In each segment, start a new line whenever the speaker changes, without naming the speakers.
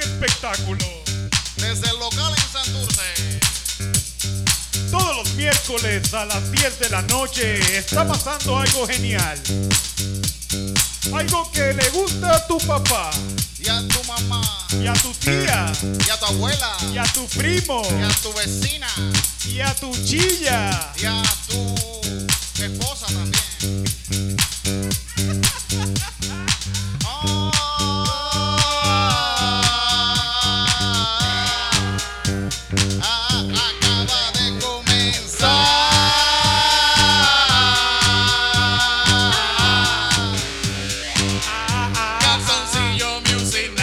espectáculo.
Desde el local en Santurce.
Todos los miércoles a las 10 de la noche está pasando algo genial. Algo que le gusta a tu papá
Y a tu mamá.
y a tu tía
Y a tu abuela.
y a tu primo
y a tu vecina.
y a tu chilla.
Y a tu esposa también. Oh, Ah, ah, acaba de comenzar.
Ah, ah, ah.
Calzoncillo Music Night.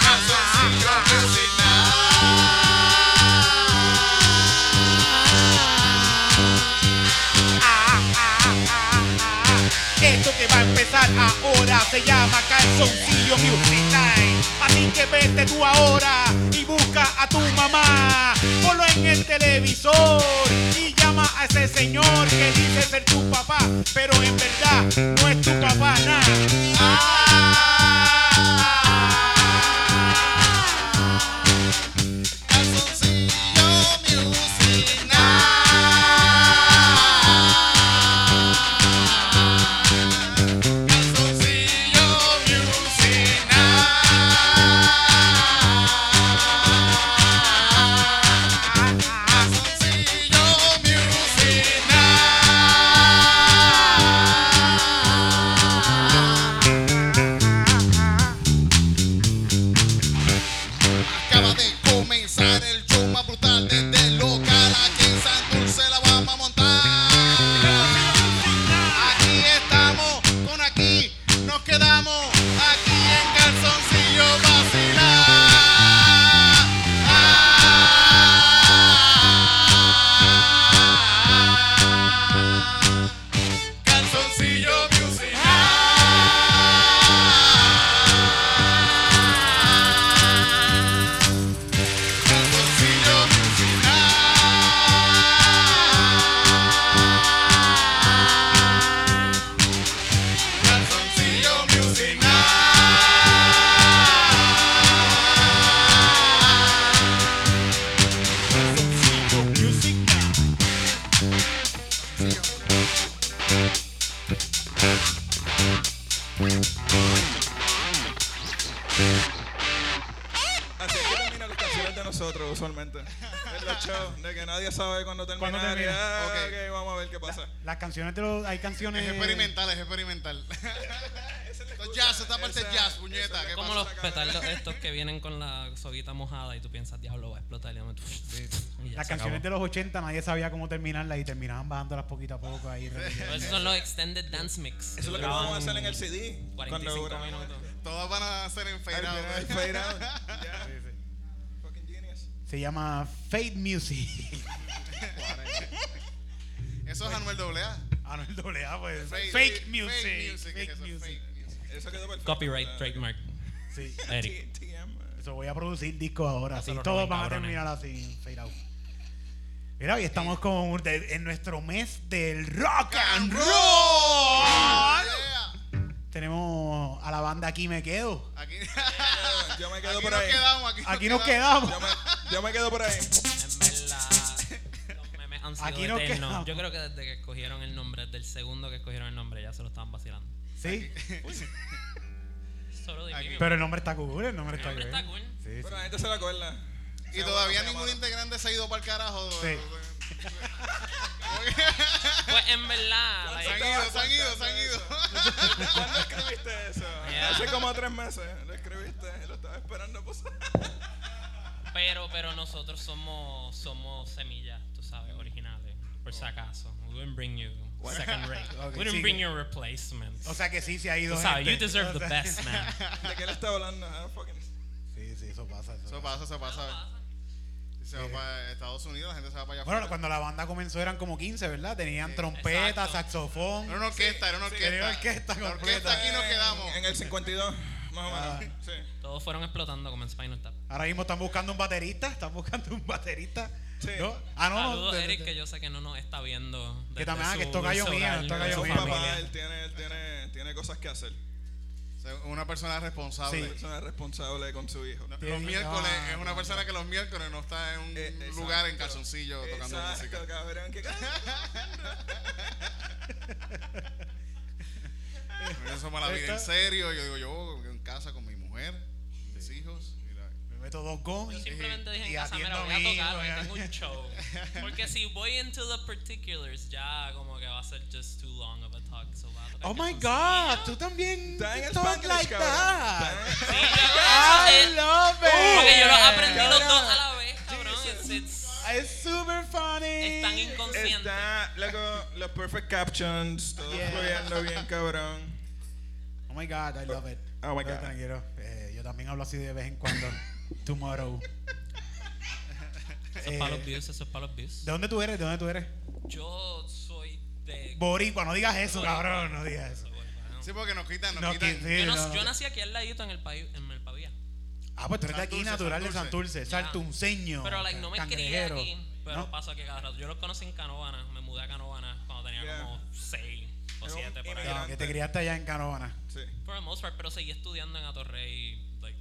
Calzoncillo Music
Esto que va a empezar ahora se llama Calzoncillo Music Night. Así que vete tú ahora y busca a tu mamá. Ponlo en el televisor y llama a ese señor que dice ser tu papá, pero en verdad no es tu papá nada.
Night. Calzoncillo Music Night. Calzoncillo Music Night. Calzoncillo Music Night. Acaba de comenzar el show más brutal desde el local. Aquí en Santurce la vamos a montar. Aquí estamos, con aquí nos quedamos. Aquí en Calzoncillo Ah. vacilar. Calzoncillo Music Calzoncillo Music Calzoncillo Music
Así es que terminan las canciones de nosotros usualmente. En los shows, de que nadie sabe cuándo termina.
¿Cuándo termina?
Y, ah,
Ok.
ok, vamos a ver qué pasa.
Las canciones de los. Hay canciones.
Es experimental, es experimental. Esto es jazz, esta parte es jazz, puñeta. ¿Qué
Como
pasa?
los petardos estos que vienen con la soguita mojada y tú piensas, diablo, va a explotar. Y de momento, y ya
Las
se
canciones
acabó.
de los 80 nadie sabía cómo terminarlas y terminaban bajándolas poquito a poco ahí.
Pero Pues Esos son los extended dance
Eso
mix.
es lo que vamos a hacer en el CD. cuando
45
dura.
minutos.
Todas van a ser
Al
enfeirados.
final, fade out. Ya. Fucking genius.
Se llama Fade Music.
Eso es Anuel AA.
Ah, no, el doble A, pues.
Fade-
Fake,
fake
music.
music,
Fake
eso,
music.
fake music.
Eso quedó perfecto.
Copyright,
La-
trademark.
Sí.
Eric.
T- TM.
Eso voy a producir discos ahora.
Eso
Así
lo
todos
roban,
van a
cabrones.
terminar así. Fade out. Mira, hoy estamos con un- de- en nuestro mes del rock and roll.
Yeah.
Tenemos a la banda Aquí Me Quedo.
Aquí,
Yo me quedo
aquí
por
nos
ahí.
quedamos. Aquí,
Aquí nos quedamos.
Yo me, yo me quedo por ahí.
En verdad, los memes han sido
Aquí nos
eternos.
quedamos.
Yo creo que desde que escogieron el nombre, desde el segundo que escogieron el nombre, ya se lo estaban vacilando.
Sí.
Solo de
Aquí.
mí.
Pero el nombre está cool. El nombre
El
está
nombre está
cool.
cool.
Sí, sí.
Pero la gente se la acuerda.
Y todavía ningún integrante se ha ido para el carajo.
Sí.
Pues en verdad,
Se han
like,
ido, se han ido, se han ido.
¿Cuándo escribiste eso?
Yeah.
Hace como tres meses. Lo escribiste. Lo estaba esperando. Pues.
pero, pero nosotros somos, somos semillas, tú sabes, originales. Por si acaso. We didn't bring you second rate.
Ok,
We
sigue.
didn't bring you replacements.
O sea que sí, se ha ido.
Tú sabes,
gente.
you deserve
O
the
sea-
best, man.
¿De qué le estaba hablando? Ah, fucking.
Sí, sí, eso pasa. Eso
Eso
pasa.
pasa, eso pasa. Si se va para Estados Unidos, la gente se va para allá.
Bueno,
afuera.
cuando la banda comenzó eran como 15, ¿verdad? Tenían trompeta,
Exacto.
saxofón.
Era una orquesta, era una
Sí,
orquesta.
Tenía orquesta
La
completa.
orquesta aquí nos
En-
quedamos.
Pues, En el 52, más o
Ah.
menos. Sí.
Todos fueron explotando como en Spinal Tap.
Ahora mismo están buscando un baterista, están buscando un baterista.
Sí.
¿No? Ah, no.
Saludos,
de- de-
Eric, que yo sé que no nos está viendo.
Que
desde
también, ah, que
su
esto gallo
dulce
mío,
hogar
esto
con
gallo
su
Su
mío.
familia.
papá, él tiene, él tiene, tiene cosas que hacer.
Soy Una persona responsable.
Una persona responsable con su hijo.
No,
Sí,
Los miércoles
no.
es una persona que los miércoles no está en un
Eh, exacto.
lugar en calzoncillo tocando música.
Exacto, cabrón. ¿qué ca-
Eso somos la vida en
Esta-
serio. Yo digo, yo en casa con mi mujer, mis hijos. mira.
Me meto dos
Yo
gomis.
simplemente dije
y
en casa, mira,
atiendo
voy a
a
tocar,
mi
hoy
hijo,
tengo un show. Porque si voy into the particulars, ya como que va a ser just too long of a talk. So voy a tocar
Oh my
cancioncillas.
God, tú también.
Está en
you
el
talk
Spanglish,
like
cabrón.
that.
Está
Sí,
en-
yo
I
eso, eh,
love it.
Porque yo los aprendí los
Cabrón.
dos a la vez, cabrón. It's, it's,
Es super funny.
están inconscientes.
Está, loco, los perfect captions, todo
Yeah.
fluyendo bien, cabrón.
Oh my God, I love it.
Oh my
Pero
God.
Tranquilo. Eh, yo también hablo así de vez en cuando. Tomorrow.
Eso es
Eh,
para los views, eso es para los views.
¿De dónde tú eres? ¿De dónde tú eres?
Yo soy de...
Boricua, no digas eso, cabrón. No digas eso.
Soy boricua, ¿no?
Sí, porque nos quitan, nos
No,
quitan.
que- sí,
Yo,
no.
no- yo nací aquí al ladito en el, país, en el Pavía.
Ah, pues tú eres de aquí,
Santurce,
natural de
Santurce.
Santurce. Saltunceño.
Pero like, no me crié
cangrejero.
aquí, pero
No.
paso aquí cada rato. Yo los conocí en Canovana, me mudé a Canovana cuando tenía
Yeah.
como 6 o
Era un
7 por ahí.
inmigrante.
No, que te criaste allá en Canóvana.
Sí.
For the most part, pero seguí estudiando en Atorrey. Like,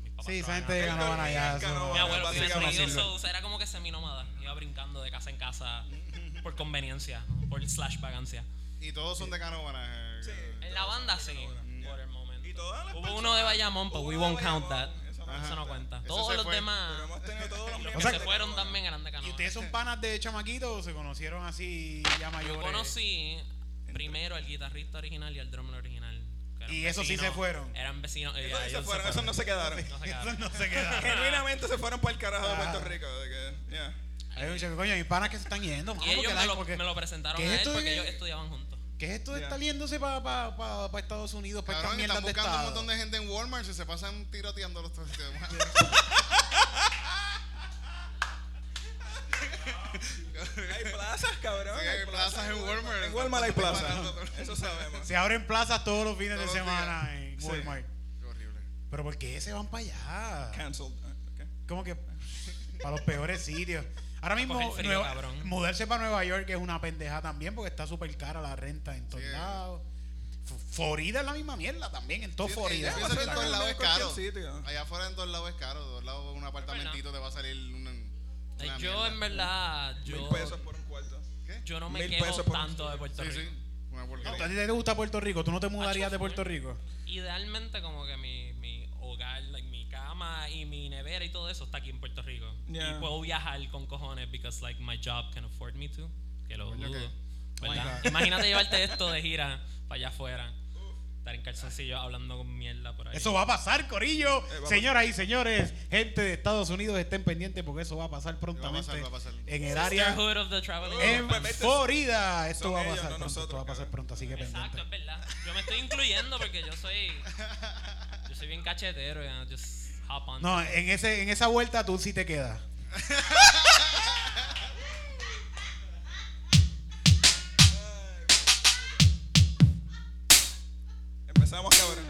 mis papás
Sí, esa
trabajan
gente de
en Atorrey.
Canóvana
dormía
allá.
en
eso-
Canóvana,
Mi abuelo
Básicamente
vivía en Estados
sirve.
Unidos, so, o sea, era como que seminómada. Iba brincando de casa en casa por conveniencia, por slash vagancia.
Y todos son de Canóvana. eh.
Sí.
En la banda sí,
Yeah.
por el momento.
Y todas las
Hubo uno de Bayamón, but
Hubo
we
uno de
won't count that.
Bayamón, eso no
Eso no
cuenta. Eso
cuenta. Todos
se
los
fue,
Pero
demás
hemos tenido todos los
que
miembros
sea,
se
de
fueron
Canóvana.
también eran de
¿Y
Canadá.
ustedes son panas de chamaquitos o se conocieron así ya mayores?
Yo conocí primero al guitarrista original y al drummer original. que eran
Y esos sí
vecinos.
se fueron.
Eran vecinos. eh,
Esos sí
ellos
se fueron, esos no se quedaron.
No
Esos
se quedaron.
no se quedaron.
Genuinamente se fueron para el carajo de
Ah.
Puerto Rico. de que, yeah.
Hay un chico, coño, mis panas que se están yendo. mano,
Y ellos
porque
me
like,
lo,
porque-
me lo presentaron
¿qué es
a él
esto
porque
de-
ellos estudiaban juntos.
¿Qué es esto de
Ya.
estar yéndose para pa, pa, pa Estados Unidos? Para
Cabrón, están
Pues de
buscando un
estado?
montón de gente en Walmart y se pasan tiroteando los tres temas.
Hay plazas, cabrón.
Sí, hay plazas en Walmart.
En Walmart hay
Están
plazas.
parando.
Eso sabemos.
Se abren plazas todos los fines
Todos
de
los
semana en
Sí.
Walmart.
Qué horrible.
Pero ¿por qué se van para allá?
Cancelled. Ah, ok.
Como que para los peores sitios. Ahora mismo,
coger frío,
Nueva-
cabrón.
mudarse para Nueva York es una pendeja también porque está súper cara la renta en todos
Sí.
lados. F- Florida es la misma mierda también, en todo
Sí,
Florida.
yo pienso que en todos lados es
Cualquier
caro.
sitio.
Allá afuera en todos lados es caro. De todos lados un apartamentito te va a salir una.
Like,
una
yo,
mierda.
en verdad,
Mil
yo,
pesos por un cuarto.
¿Qué?
yo no me
mil
quejo
pesos por un
tanto de Puerto
Sí,
Rico.
sí. Una
No,
porquería.
¿A ti te gusta Puerto Rico? ¿Tú no te mudarías de
full.
Puerto Rico?
Idealmente, como que mi, mi hogar, like, mi cama y mi nevera y todo eso está aquí en Puerto Rico.
Yeah.
Y puedo viajar con cojones because like my job can afford me to. Que lo
Coño,
dudo.
que-
¿verdad?
Oh my God.
Imagínate llevarte esto de gira para allá afuera. Estar en calzoncillo hablando con mierda por ahí.
Eso va a pasar, Corillo.
va a
Señoras y señores, gente de Estados Unidos, estén pendientes porque eso va a pasar prontamente
va a pasar.
en el área
Sisterhood of the Traveling
en
Company.
Vete.
Florida. Esto
Son
va a pasar
ellos, no
pronto. esto
nosotros,
va a pasar
cabrón.
pronto, así que
Exacto,
pendiente.
es verdad. Yo me estoy incluyendo porque yo soy. Yo soy bien cachetero. ya, just hop on.
No, en ese, en esa vuelta tú sí te quedas.
Empezamos, cabrón.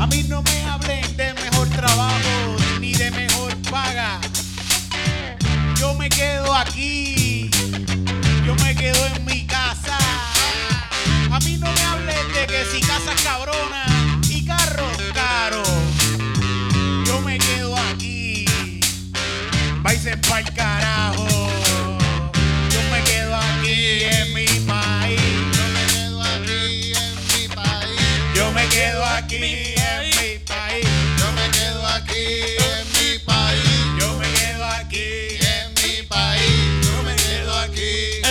A mí no me hablen de mejor trabajo ni de mejor paga. Yo me quedo aquí, yo me quedo en mi casa. A mí no me hablen de que si casas cabronas y carros caros. Yo me quedo aquí, vais pa'l carajo. Yo me quedo aquí en mi país.
Yo me quedo aquí en mi país.
Yo me quedo aquí en mi país.
Yo me quedo aquí en mi país.
Yo me quedo aquí.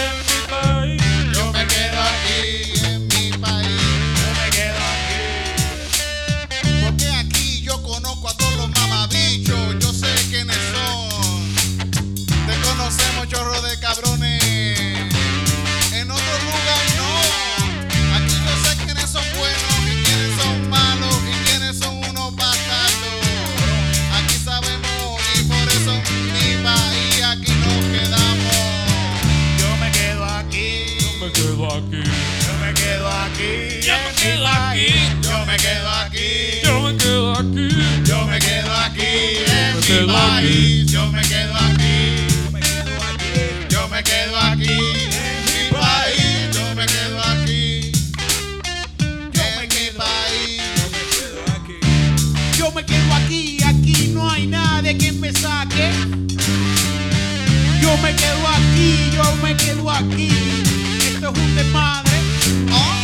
En mi país. Yo me quedo aquí. Yo me quedo aquí en mi país.
Yo me quedo aquí.
Porque aquí yo conozco a todos los mamabichos. Yo sé quiénes son. Te conocemos, chorro de cabrones. En otro lugar no. país, yo me quedo aquí.
Yo me quedo aquí.
Yo me quedo aquí en mi país, yo me quedo aquí. En mi país,
Yo me quedo aquí.
Yo me quedo aquí, aquí no hay nadie que me saque. Yo me quedo aquí, yo me quedo aquí. Esto es un desmadre.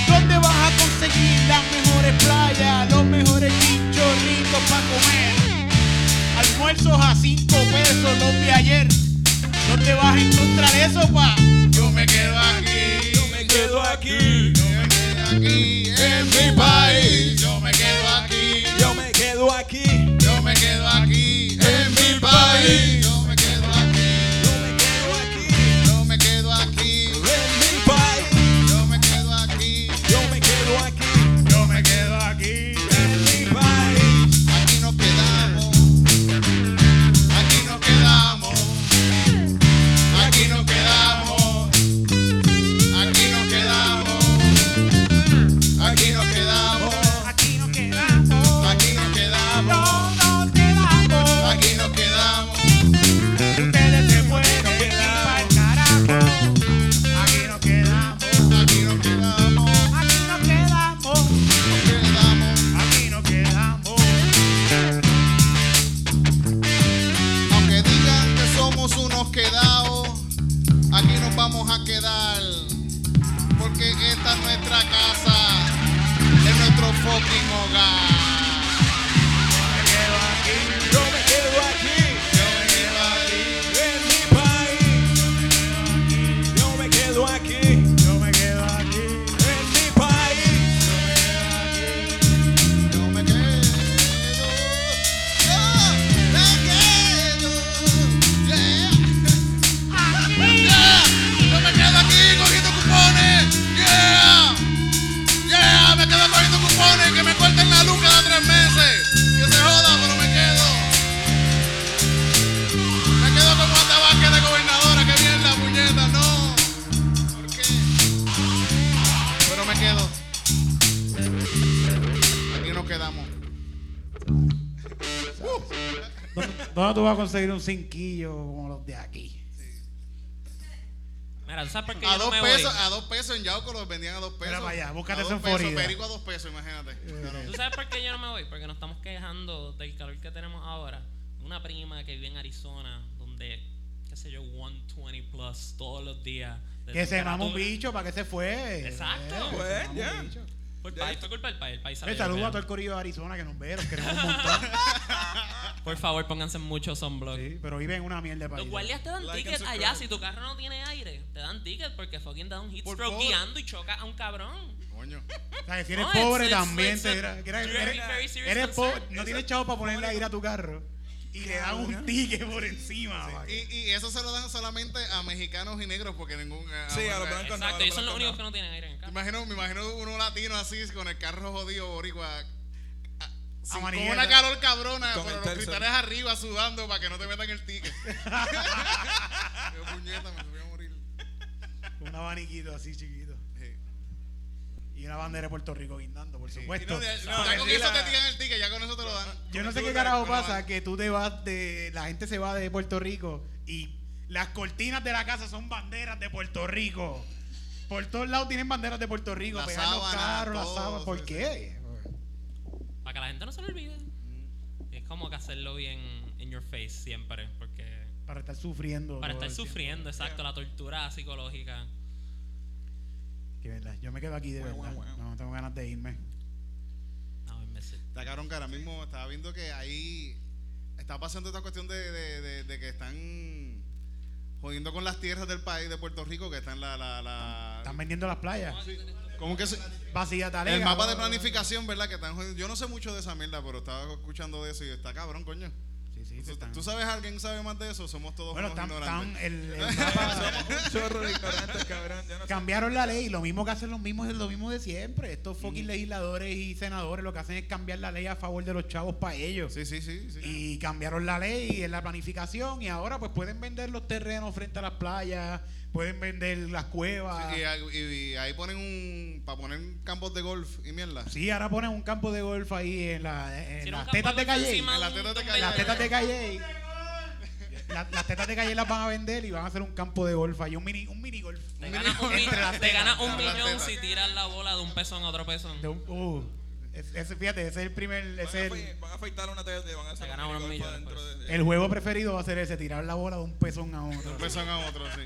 ¿Dónde vas a conseguir las mejores playas, los mejores chinchorritos para comer? Almuerzos a 5 pesos los de ayer. ¿Dónde vas a encontrar eso, pa?
yo me quedo aquí.
Yo me quedo aquí.
Yo me quedo aquí en mi país, yo me quedo aquí.
Yo me quedo aquí.
Yo me quedo aquí en mi país, yo me quedo aquí.
Yo me quedo aquí.
Yo me quedo aquí,
En mi país.
yo me quedo aquí.
Yo me quedo aquí.
Yo me quedo aquí.
En mi país.
Aquí nos quedamos, aquí nos quedamos, aquí nos quedamos, aquí nos quedamos, aquí nos quedamos,
Aquí nos quedamos,
aquí nos quedamos,
todos quedamos.
aquí nos quedamos,
Ustedes se mueren para el carajo. Aquí nos quedamos.
aquí nos quedamos,
Aquí nos quedamos,
nos quedamos,
aquí nos quedamos.
aunque digan que somos unos quedados, aquí nos vamos a quedar, porque esta es nuestra casa, es nuestro fucking hogar.
Yo me quedo aquí.
Yo me quedo ahí,
En mi país. Yo me quedo aquí.
Yo me quedo aquí,
En mi país.
yo me quedo, yo me quedo, yeah. Yeah, yo me quedo aquí cogiendo cupones, yeah, yeah, me quedo cogiendo cupones, que me corten la luz cada tres meses, que se joda, pero me quedo, me quedo como Atabaque de gobernadora, que bien la puñeta, no, ¿por qué? Pero me quedo. Aquí nos quedamos.
¿Dónde tú vas a conseguir un cinquillo como los de aquí?
Mira, ¿tú sabes por qué
A
yo no
dos
me
pesos,
voy?
a dos pesos en Yauco los vendían a dos pesos.
para allá, búscate
a dos
eso en
pesos,
Florida. Eh.
Perico a dos pesos, imagínate. Claro.
¿Tú sabes por qué yo no me voy? Porque nos estamos quejando del calor que tenemos ahora. Una prima que vive en Arizona, donde, qué sé yo, 120 plus todos los días. de
Que se mama un
temperatura.
bicho para que se fue.
Exacto.
Eh, se
Pues,
mama un
ya.
bicho.
Por país, fue culpa del país. El país sabe
Eh,
yo
Saludos
creo.
a todo el corillo de Arizona que nos ve, los queremos un montón.
Por favor, pónganse mucho sunblock.
Sí, pero viven en una mierda de país.
Los guardias te dan
Like
tickets
and subscribe.
allá. Si tu carro no tiene aire, te dan tickets porque fucking da un heat
Por
stroke
pobre.
guiando y choca a un cabrón.
Coño.
O sea, que si eres
No,
pobre
it's- it's-
también
it's
te
a
dirá- que eres-
very,
eres-
very serious
Eres pobre,
concern.
no tienes chavo para ponerle aire a tu carro. Y le dan un ticket por encima. va.
Y, y eso se lo dan solamente a mexicanos y negros porque ningún. eh,
Sí,
bueno,
a los
eh,
blancos.
Exacto,
no,
ellos son los
no,
únicos
no.
que no tienen aire en el
me
carro.
imagino, me imagino uno latino así con el carro jodido boricua. a- a- sin- Con
Amarilleta.
una calor cabrona,
Con
pero
el
los
tercer.
cristales arriba sudando para que no te metan el ticket. Yo, puñeta, me voy a morir.
Un abaniquito así chiquito.
Sí.
Y una bandera de Puerto Rico guindando, por
Y
supuesto.
no, ya-
No,
ya con
sí,
eso
la-
te tiran el ticket, ya con eso te lo dan.
Yo no sé qué carajo pasa que tú te vas de. La gente se va de Puerto Rico y las cortinas de la casa son banderas de Puerto Rico. Por todos lados tienen banderas de Puerto Rico.
Las
Pegar los
sábanas,
carros, las
todo,
sábanas. ¿Por
sí,
qué?
Para que la gente no se lo olvide. Es como que hacerlo bien in your face siempre. Porque
Para estar sufriendo.
para
todo
estar
el tiempo.
sufriendo, exacto, la tortura psicológica.
Que verdad, Yo me quedo aquí de
Guau,
verdad.
guau, guau.
No, no tengo ganas de irme.
No, imbécil.
Está cabrón que ahora mismo estaba viendo que ahí está pasando esta cuestión de, de- de- de que están jodiendo con las tierras del país de Puerto Rico, que están la... la, la-
Están vendiendo las playas.
¿Cómo que se-
Vacía talega.
El mapa de planificación, ¿verdad? Que están jodiendo. Yo no sé mucho de esa mierda, pero estaba escuchando de eso y está cabrón, coño.
Sí, sí,
¿Tú,
que están-
tú sabes alguien sabe más de eso? Somos todos
Bueno,
unos
están, están
ignorantes.
el, el mapa-
Un chorro de ignorantes, cabrón. Yo no sé.
Cambiaron la ley, lo mismo que hacen los mismos es lo mismo de siempre. Estos fucking legisladores y senadores lo que hacen es cambiar la ley a favor de los chavos para ellos.
Sí, sí, sí. sí.
Y cambiaron la ley en la planificación y ahora pues pueden vender los terrenos frente a las playas, pueden vender las cuevas.
Sí, y,
Sí,
y- y ahí ponen un... Para poner campos de golf y mierda.
ahora ponen un campo de golf ahí en, la- en
Si no,
las
un
tetas
campo
de calle.
encima
En las
de un-
tetas de
de un
calle.
Las tetas de calle. la- las tetas de calle las van a vender y van a hacer un campo de golf ahí, un mini, un mini golf.
Te ganas un, mi-
Entre las
te
tetas,
ganas un
entre las
millón
tetas.
si tiras la bola de un pezón a otro pezón.
De un- uh, es- ese- fíjate, ese es el primer, ese
Van,
es
a
el,
afe- van a afeitar una tela y van a hacer
ganaron
mini golf
unos millones,
adentro de-
el juego preferido va a ser ese, tirar la bola de un pezón a otro.
Empezaron Pues a otro, sí.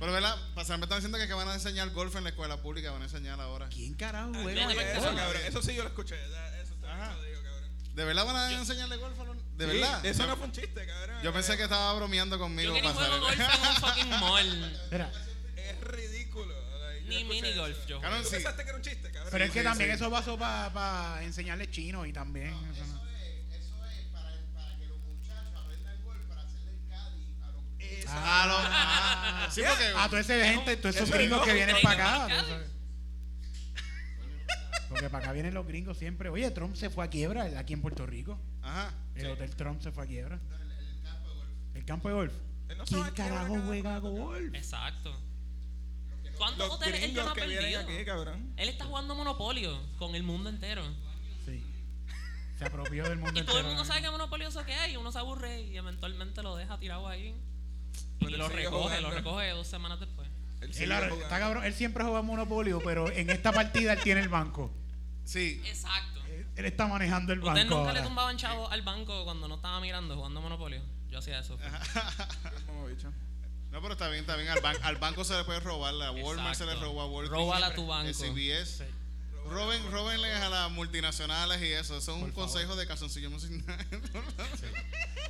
Pero, ¿verdad? Pasar, me están diciendo que, que van a enseñar golf en la escuela pública, van a enseñar ahora.
¿Quién carajo
Ah,
juega?
ya,
eh.
Oye,
ya,
eso,
ya.
cabrón, eso sí yo lo escuché. ya, Eso está bien, lo digo, cabrón.
¿De verdad van a enseñarle golf a los.? ¿De
Sí,
verdad?
Eso no fue un chiste, cabrón.
Yo pensé que estaba bromeando
Yo
conmigo.
quería un
Pasar.
juego de golf en un fucking mall.
Mira,
Es ridículo. o sea, yo
Ni
escuché
mini
eso.
golf yo. juego.
Cabrón,
¿Tú
sí.
pensaste que era un chiste, cabrón?
pero es
Sí,
que
sí,
también
sí.
eso va para enseñarle chino y también. eso no.
Eso es para, que los muchachos aprendan golf para hacerle el caddy a los.
Ah, no, ah.
Sí, porque.
A toda esa gente, todos esos
Eso es
gringos que
lógico,
vienen
ahí
para
no
acá.
hay
tú sabes. Porque para acá vienen los gringos siempre. Oye, Trump se fue a quiebra aquí en Puerto Rico.
Ajá.
El hotel Trump se fue a quiebra. El campo de golf.
Él no se
¿Quién
va a quiebra,
carajo
cabrón.
juega golf?
Exacto. ¿Cuántos
Los
hoteles él ya
gringos
no ha
que vienen
perdido?
aquí, cabrón.
Él está jugando Monopolio con el mundo entero.
Sí. Se apropió del mundo
Y todo el mundo
entero.
sabe que Monopolio eso que es y uno se aburre y eventualmente lo deja tirado ahí. Y
Pero
lo
sigue
recoge, lo
jugando.
recoge dos semanas después.
Él
Él,
sigue
ahora-
jugando.
está cabrón, él siempre juega monopolio, pero en esta partida él tiene el banco.
Sí.
Exacto.
Él él está manejando el
¿Ustedes
banco.
nunca le
ahora.
tumbaban chavo al banco cuando no estaba mirando jugando Monopolio? Yo hacía eso.
Como bicho.
No, pero está bien, está bien. Al, ban- al banco se le puede robar, a Walmart se le
Exacto.
roba a Walgreens,
Róbala a tu banco.
CVS. Roben, robenles a las multinacionales y eso. Eso es un consejo de calzoncillo musical.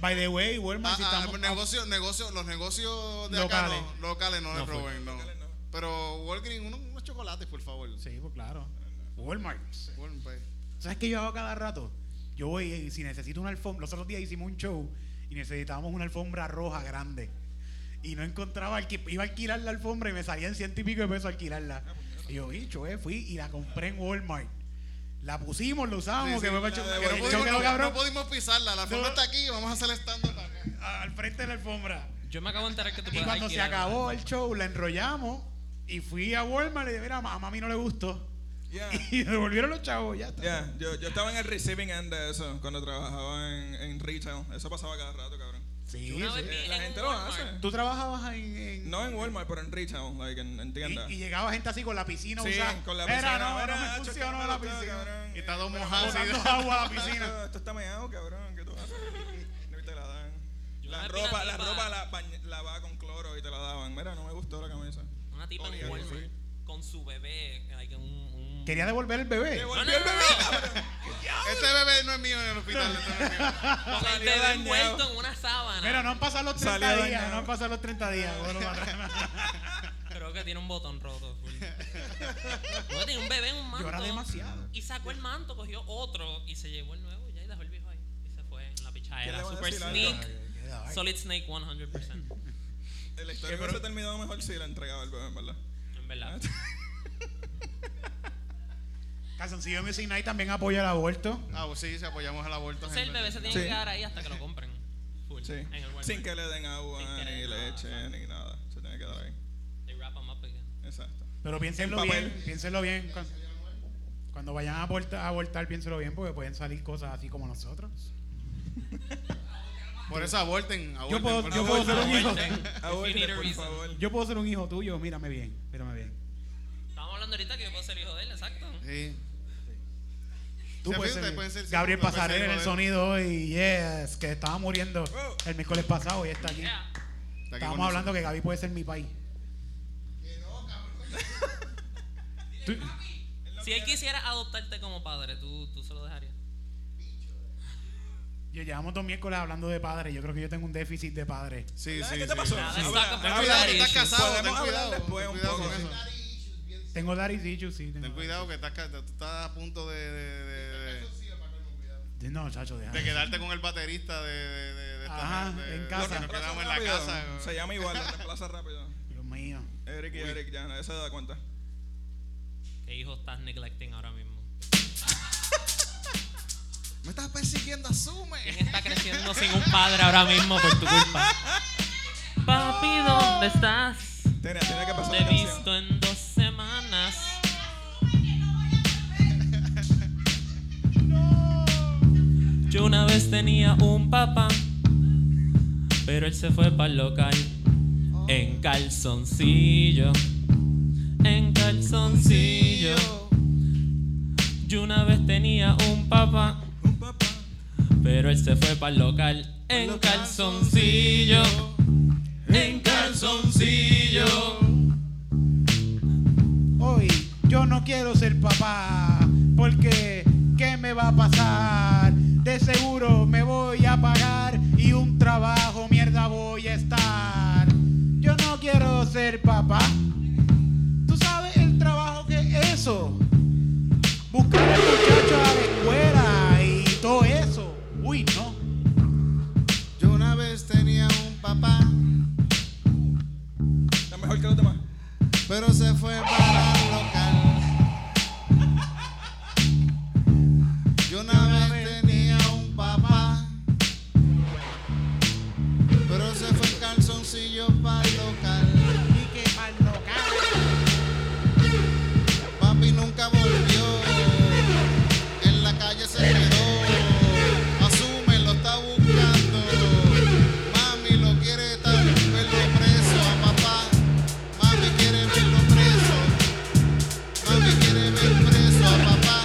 By the way, Walmart, si
Ah, ah,
estamos-
negocio, negocio, los negocios de acá
Locales.
no, locales no, les
fue.
roben, no. Pero Walgreens, unos, unos chocolates, por favor.
Sí, pues claro. Walmart.
Walmart, pues.
¿Sabes qué yo hago cada rato? Yo voy y si necesito una alfombra, los otros días hicimos un show y necesitábamos una alfombra roja grande. Y no encontraba, al que iba a alquilar la alfombra y me salían ciento y pico de pesos alquilarla. Y yo, bicho, eh, fui y la compré en Walmart. La pusimos, la usamos,
Sí,
que
sí,
fue para
la
el show-
de
que no
Walgreens.
choque,
no,
lo cabrón,
no pudimos pisarla, la alfombra está aquí, vamos a hacer stand-up acá.
al frente de la alfombra.
Yo me acabo de enterar que tú
Y
puedes
cuando se
alquilar una.
acabó el show, la enrollamos y fui a Walmart y le dije, mira, a mami no le gustó.
Ya.
Y devolvieron los chavos, ya está.
Ya, yo, yo estaba en el receiving end de eso cuando trabajaba en, en retail. Eso pasaba cada rato, cabrón.
Sí,
Una vez
sí.
vi
Eh, la
en
gente
un
lo
Walmart.
hace.
Tú trabajabas en- en
No en Walmart, pero en retail, like, en, en tienda.
Y, y llegaba gente así con la piscina
Sí,
usada.
con la
Mira,
piscina,
no,
mira, ah,
no me
Nacho,
funcionó
cabrón,
la
esto,
piscina.
cabrón.
Y está todo
Pero
mojado. así de-
Botando agua a la piscina.
Esto, esto está meado, cabrón. ¿Qué tú haces? No te la dan.
Yo
La
una
ropa, la
tipa-
ropa la bañ- lavaba con cloro y te la daban. Mira, no me gustó la camisa.
Una tipa
Oye,
en Walmart
sí.
con su bebé. like, un, un-
Quería devolver el bebé.
No, no, no, no,
Este bebé no es mío en el hospital. este no es mío.
no, Con el
Salió
bebé
dañado.
envuelto en una sábana.
Mira, no han pasado los 30
Salió
días.
dañado.
No han pasado los 30 días. bueno, para atrás.
Creo que tiene un botón roto. full. no, tiene un bebé en un manto.
Llora demasiado.
Y sacó el manto, cogió otro y se llevó el nuevo ya y dejó el viejo ahí. Y se fue en la
¿Qué le
pichadera.
voy a
Super
decir
Sneak.
algo?
Solid Snake 100%.
El historia hubiese terminado mejor si la entregaba el bebé, en verdad.
En verdad.
Calzoncillo Music Night también apoya el aborto.
Ah, pues sí, si apoyamos al aborto.
Entonces el
gente.
bebé se tiene
Sí.
que quedar ahí hasta que lo compren. Full.
Sí.
En el Walmart.
Sin que le den agua,
Sin que le
ni
den nada,
leche,
exacto.
ni nada. Se tiene que quedar ahí.
They wrap 'em up again.
Exacto.
Pero piénsenlo
En papel.
bien. Piénsenlo bien. Cuando, cuando vayan a abortar, a abortar, piénsenlo bien porque pueden salir cosas así como nosotros.
Por eso aborten, aborten.
Yo puedo-
por
yo
favor.
puedo ser un hijo.
If you need
Abuelita,
a
por
reason.
favor.
Yo puedo ser un hijo tuyo. Mírame bien. Mírame bien.
Estamos hablando ahorita que yo puedo ser hijo de él, exacto.
Sí.
Tú
Sí,
puedes
ustedes
ser,
pueden ser-
Gabriel
pueden ser
Pasarel en
hijo
el
de- Oh.
sonido hoy. Yes, que estaba muriendo
Wow.
el miércoles pasado y está aquí.
Yeah.
Está aquí con
Estábamos hablando que Gaby puede ser mi país. Que no, cabrón.
Si él quisiera adoptarte como padre, tú, tú se lo dejarías.
Yo llevamos dos miércoles hablando de padres. Yo creo que yo tengo un déficit de padres.
nosotros. Sí, sí.
¿Qué
sí.
te pasó?
Nada,
Habla,
saca-
habla,
Cuidado, tú
Daddy
estás
issues.
casado. ten
Podemos hablar
cuidado,
después
ten
un
cuidado
poco
con
de
eso.
Tengo daddy issues, sí. tengo
Ten
daddy
cuidado que estás, ca- tú estás a punto de, de- de- de-
issues. No, chacho, deja.
de quedarte con el baterista de, de, de, de esta-
Ajá,
de-
en
de-
casa.
que Nos
Reemplaza
quedamos en la
rápido.
casa.
Se llama igual, lo reemplaza rápido.
Dios mío.
Eric y Eric, Eh, ya nadie se da cuenta.
¿Qué hijo estás neglecting ahora mismo?
Me estás persiguiendo, asume.
¿Quién está creciendo sin un padre ahora mismo por tu culpa? Papi, ¿dónde estás?
Tiene, tiene que pasar
Te
la
he
canción.
visto en dos semanas. Yo una vez tenía un papá, Pero él se fue para el local en calzoncillo. En calzoncillo. Yo una vez tenía un papá,
Un papá.
pero él se fue para el local en calzoncillo. En calzoncillo.
Hoy yo no quiero ser papá, porque ¿qué me va a pasar? De seguro me voy a pagar y un trabajo mierda voy a estar. Yo no quiero ser papá. ¿Tú sabes el trabajo que es eso? Buscar al muchacho a la escuela y todo eso. Uy, no.
Yo una vez tenía un papá,
Está mejor que los demás.
pero se fue para el local. Yo una vez tenía un papá, pero se fue en calzoncillo para el local.
Y que mal local.
Papi nunca volvió, en la calle se quedó. Asume, lo está buscando. Mami lo quiere tan verlo preso a papá. Mami quiere verlo preso. Mami quiere ver preso a papá.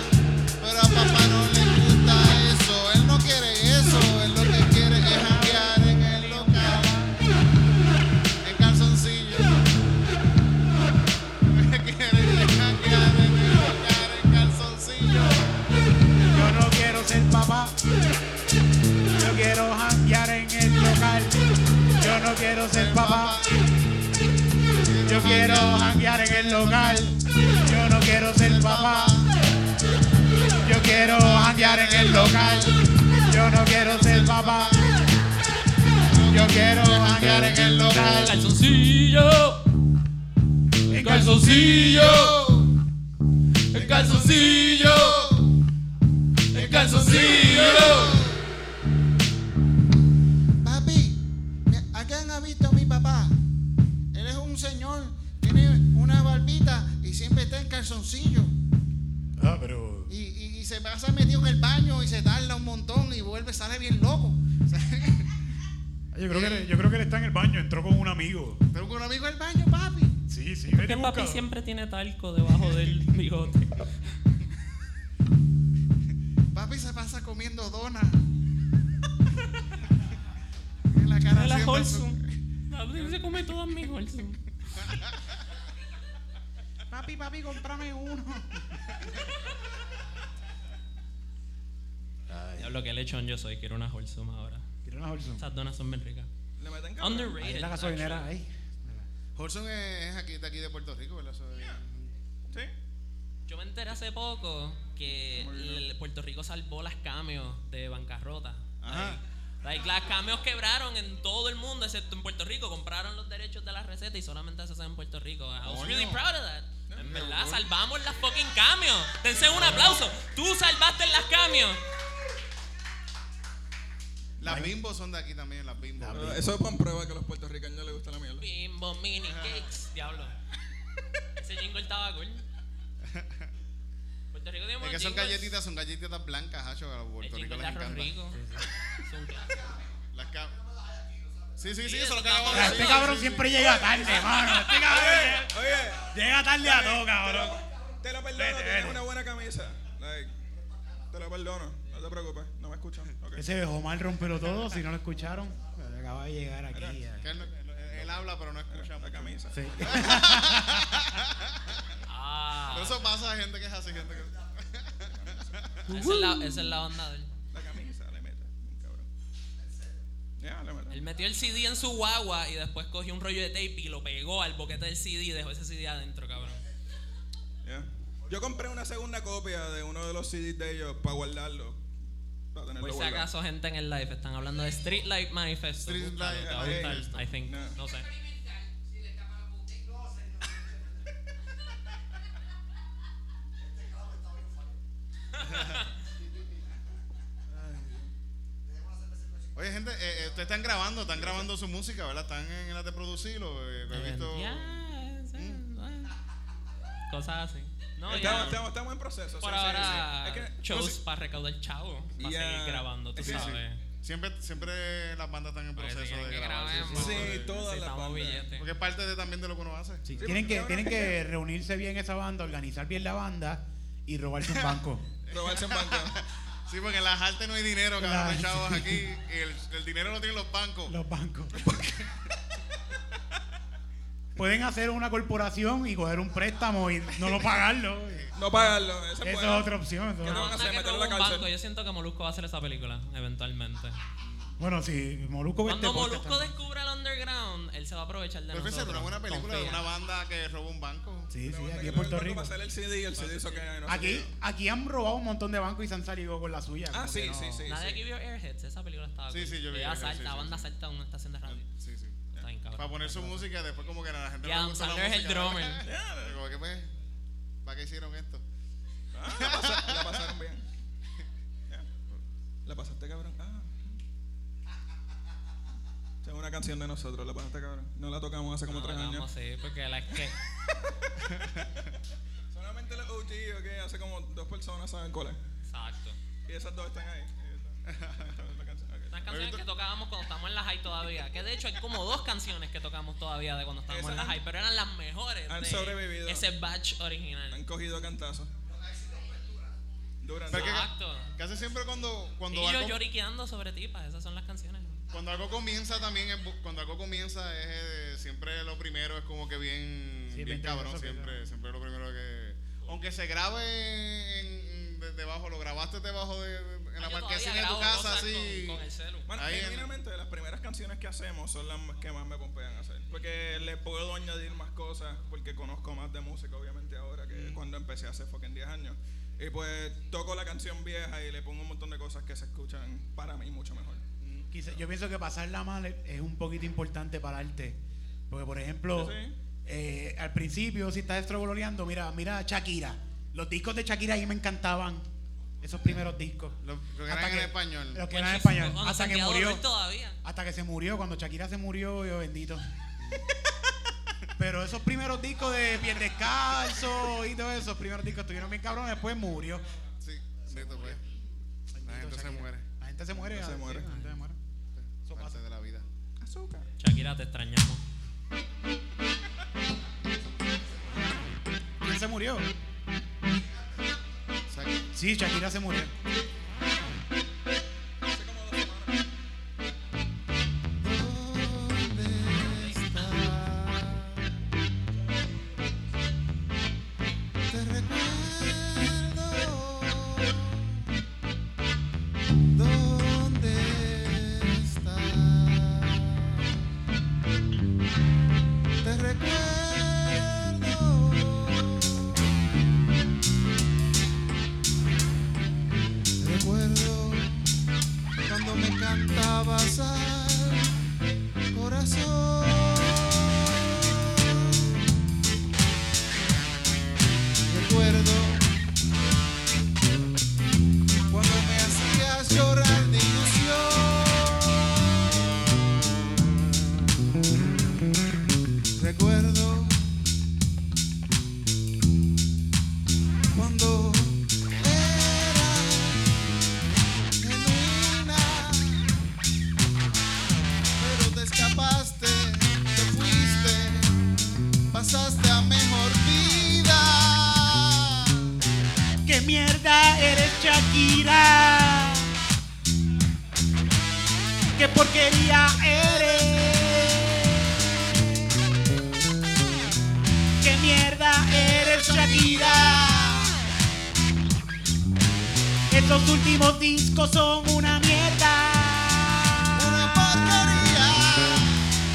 Pero a papá no le gusta eso. Él no quiere eso. Él lo que quiere es janguear en el local. En calzoncillo. Me quieren dejar quedar en el lugar en calzoncillo.
Yo no quiero ser papá. Yo quiero janguear en el local. Yo no quiero ser papá. Yo quiero janguear en el local. Yo no quiero ser papá. Yo quiero janguear en el local. Yo no quiero ser papá. Yo quiero janguear en el local.
Calzoncillo. En calzoncillo. En calzoncillo. En calzoncillo.
Papi, ¿a quién ha visto mi papá? Él es un señor, tiene una barbita y siempre está en calzoncillo.
Ah, pero.
Y, y, y se pasa metido en el baño y se tarda un montón y vuelve, sale bien loco.
Yo creo, que, yo creo que él está en el baño, entró con un amigo.
Pero con un amigo del baño, papi.
Sí, sí,
Que Este papi siempre tiene talco debajo del bigote.
Papi se pasa comiendo donas. En la cara
De la
haciendo
Holson.
su-
Papi se come todas mis Holson.
Papi, papi, comprame uno.
Lo que lechón yo soy, quiero una Holson ahora.
Tiene una Holson.
Esas donas son bien ricas.
Le meten cabrón.
Ahí
Underrated.
en la gasolinera, ahí.
Holson es es aquí, de aquí de Puerto Rico, ¿verdad? Eso es-
Sí.
actually. Yo me enteré hace poco que el- Puerto Rico salvó las cameos de bancarrota.
Ajá.
Like, las cameos quebraron en todo el mundo, excepto en Puerto Rico. Compraron los derechos de la receta y solamente se hace en Puerto Rico. I was really proud of that. En verdad, salvamos las fucking cameos. Dense un aplauso. Tú salvaste las cameos.
Las bimbos son de aquí también, las bimbos.
Pero Ah, Eso es para prueba que a los puertorriqueños les gusta la mierda.
Bimbo, mini cakes, diablo. Ese jingle estaba cool. Puerto Rico tiene
Es
buenos
que son
jingles.
galletitas, son galletitas blancas, hacho, que a los
El
Puerto Rico
jingle de
les
Arroz
encanta.
Rico. Es un clásico.
Las cam- Sí, sí,
Sí,
sí, eso es
eso
lo que
está
acabamos de
mal.
decir.
Este cabrón siempre llega tarde, mano. Este cabrón
Oye, oye.
llega- llega tarde a todo, cabrón.
Te lo perdono,
Vete,
tienes
vete.
una buena camisa. Like, te lo perdono, no te preocupes, no me escuchan. ok.
Ese dejó mal romperlo todo, si no lo escucharon. Acaba de llegar aquí. ya.
Que él, no- él habla, pero no escucha.
La camisa.
Sí.
Ah,
Pero eso pasa a gente que es así, gente que.
esa es, la, esa es la onda de él.
La camisa, le mete. Cabrón. Ya, le mete.
Él metió el CD en su guagua y después cogió un rollo de tape y lo pegó al boquete del CD y dejó ese CD adentro, cabrón.
Ya. Yo compré una segunda copia de uno de los CDs de ellos para guardarlo. Para tenerlo
Por si
guardado.
acaso, gente en el live están hablando de Street Light Manifesto.
Street eh,
Búscalo,
Light
te va a gustar,
Manifesto.
I think.
No.
No sé.
Oye, gente, eh, eh, ustedes están grabando, están grabando su música, ¿verdad? Están en la de producirlo. eh, he visto. Mm.
Ya, sí, bueno. Cosas así. No,
Este
ya.
Estamos, estamos, estamos en proceso.
Por
sí, sí,
ahora,
sí. Es que-
shows
no sé-
para recaudar chavo, para
Ya.
seguir grabando, tú
Sí, sí.
sabes.
Siempre, siempre las bandas están en
Porque si
proceso
quieren
de
que
grabar. sí,
grabemos,
sí, sí.
Sí, todas las
necesitamos
bandas.
billetes.
Porque es parte de, también de lo que uno hace.
Sí,
Sí,
tienen,
porque
que,
ahora
tienen
es
que reunirse bien esa banda, organizar bien la banda y robarse un banco.
Robarse en banco.
Sí, porque en las artes no hay dinero, cabrón,
Claro,
chavos,
sí.
aquí. Y el, el dinero lo tienen los bancos.
los bancos. Pueden hacer una corporación y coger un préstamo y no lo pagarlo.
No pagarlo. Esa
Esa es
puede.
otra opción. eso
¿Qué
es
no van a
Vamos a
hacer?
que
¿Meterlo
roba
en la
un
cárcel?
banco. Yo siento que Molusco va a hacer esa película eventualmente.
Bueno, si Molusco ve este
Cuando
podcast
Molusco
también.
descubra el underground, él se va a aprovechar de
Pero fíjate,
nosotros.
pero es una película de
Confía.
una banda que roba un banco.
Sí,
Pero
sí,
bueno,
aquí
que
en
no
Puerto
recuerdo
Rico.
para hacer el CD y el CD hizo que no se
Aquí,
dio.
aquí han robado un montón de bancos y se han salido con la suya.
Ah,
como que
sí,
no.
sí, sí.
Nadie
sí.
aquí vio Airheads, esa película estaba
Sí,
cool.
sí, yo vi
Ella
Airheads,
salta,
sí,
la
sí,
banda salta a una estación de radio.
Sí, sí.
Está bien cabrón.
Para poner su música, después como que a la gente
Y Adam
no le gusta la
Sandler es el
música.
drummer.
Yeah.
Como que, pues, ¿para qué hicieron esto?
Ah, la, pasa- la pasaron bien. Yeah. La pasaste, cabrón. Ah. Esa Es una canción de nosotros, la pasaste, cabrón. No la tocamos hace como
No,
tres
vamos,
años.
sí, porque la que
Solamente los OG, ok, hace como dos personas saben cuál es.
Exacto.
Y esas dos están ahí. Ahí está. La canción, ok.
Unas canciones que tocábamos cuando estábamos en la high todavía. Que de hecho hay como dos canciones que tocamos todavía de cuando estábamos
Esas
en la
han-
high, pero eran las mejores.
han
de
sobrevivido.
Ese batch original.
Han cogido cantazos. Durante.
Pero que-
Exacto.
Casi siempre cuando,
Y
cuando
yo
algo...
lloriqueando sobre tipas, esas son las canciones.
Cuando algo comienza también, es bu- cuando algo comienza es eh, siempre lo primero, es como que bien,
Sí,
bien
bien
cabrón,
tenso, que
siempre,
no.
siempre lo primero que... Aunque se grabe en- de- debajo, lo grabaste debajo de, en la
Yo todavía
marquesina de tu
grabo
casa,
cosas
así...
Con, con el celu.
Bueno,
Ahí en-
genuinamente las primeras canciones que hacemos son las que más me pompean hacer. Porque le puedo añadir más cosas, porque conozco más de música obviamente ahora que cuando empecé hace fucking 10 años. Y pues toco la canción vieja y le pongo un montón de cosas que se escuchan para mí mucho mejor.
Quizá- yo pienso que pasarla mal es- es un poquito importante para arte. Porque, por ejemplo,
Sí.
eh, al principio, si estás estrogoloreando, mira, mira a Shakira. Los discos de Shakira ahí me encantaban. Esos primeros discos.
Los- los que eran en español.
Los que
Cuando
eran en
Santiago-
español.
cuando
Hasta que
Santiago
murió.
Dor todavía.
Hasta que se murió. Cuando Shakira se murió, yo bendito. Pero esos primeros discos de Piel Descalzo y todo eso, esos primeros discos estuvieron bien cabrones, después murió.
Sí, sí, tú puedes.
Bendito
La gente se
Shakira.
muere.
La gente se muere.
gente se
sí,
muere.
la gente se muere. Eso
Parte
pasa.
de la vida.
Azúcar.
Shakira, te extrañamos.
¿Quién se murió?
O sea, que-
Sí, Shakira se murió.
Hace como dos semanas.
¿Dónde está? Te recuerdo. ¿Dónde está? Te recuerdo. Recuerdo cuando me cantabas al corazón. Recuerdo cuando me hacías llorar de ilusión. Recuerdo cuando eras genuina pero te escapaste, te fuiste, pasaste a mejor vida.
¡Qué mierda eres, Shakira! ¡Qué porquería eres! ¡Qué mierda eres, Shakira! Estos últimos discos son una mierda.
Una porquería.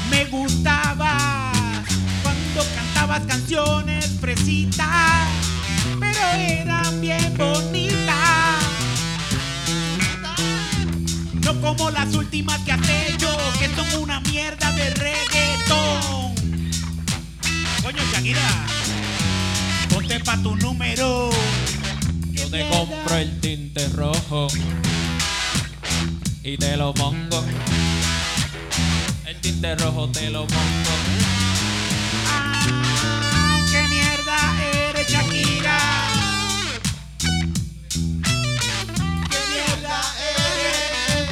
Me gustaba cuando cantabas canciones fresitas, pero eran bien bonitas. No como las últimas que has hecho, que son una mierda de reggaetón. Coño, Shakira, ponte pa' tu número.
Yo
¡Qué
te
mierda!
compro el tinte rojo y te lo pongo. El tinte rojo te lo pongo.
Ay, qué mierda eres Shakira. Qué mierda eres.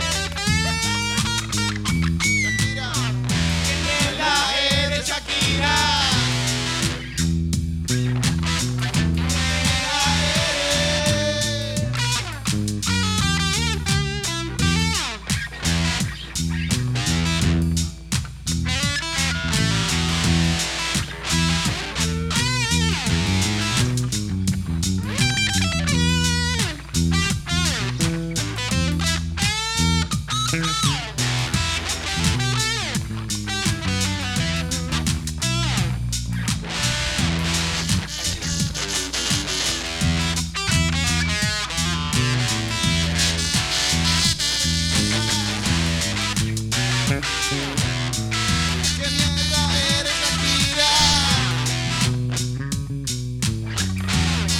¿Qué mierda eres, Shakira?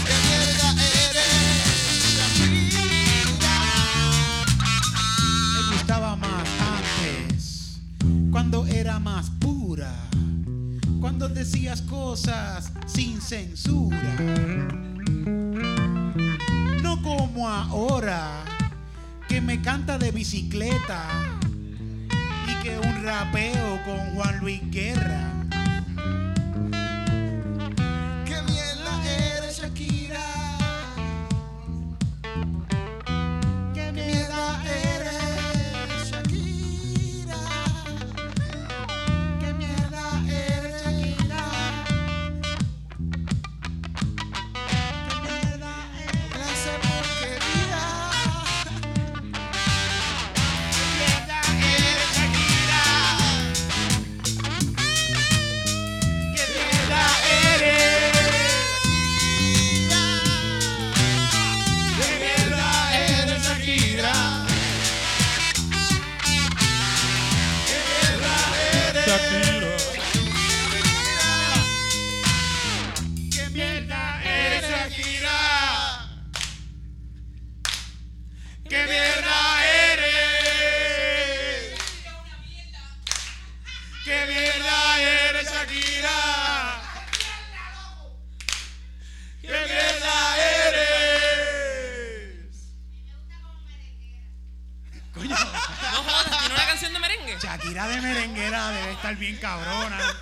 ¿Qué mierda eres, Shakira?
Me gustaba más antes, cuando era más pura, cuando decías cosas sin censura. No como ahora, que me canta de bicicleta y que un rapeo con Juan Luis Guerra.
¿Qué mierda eres, Shakira? ¿Qué mierda eres, Shakira? ¿Qué mierda eres, Shakira? ¿Qué mierda eres? La sé porquería. ¿Qué mierda eres, Shakira?
¿Qué mierda eres?
¿Qué mierda eres, Shakira? ¿Qué mierda eres?
¿Qué mierda
eres,
eres?
Shakira? ¿Qué mierda eres? ¿Qué mierda eres, Shakira? ¿Qué mierda eres?
No jodas, tiene una canción de merengue.
Shakira de merenguera debe estar bien cabrona.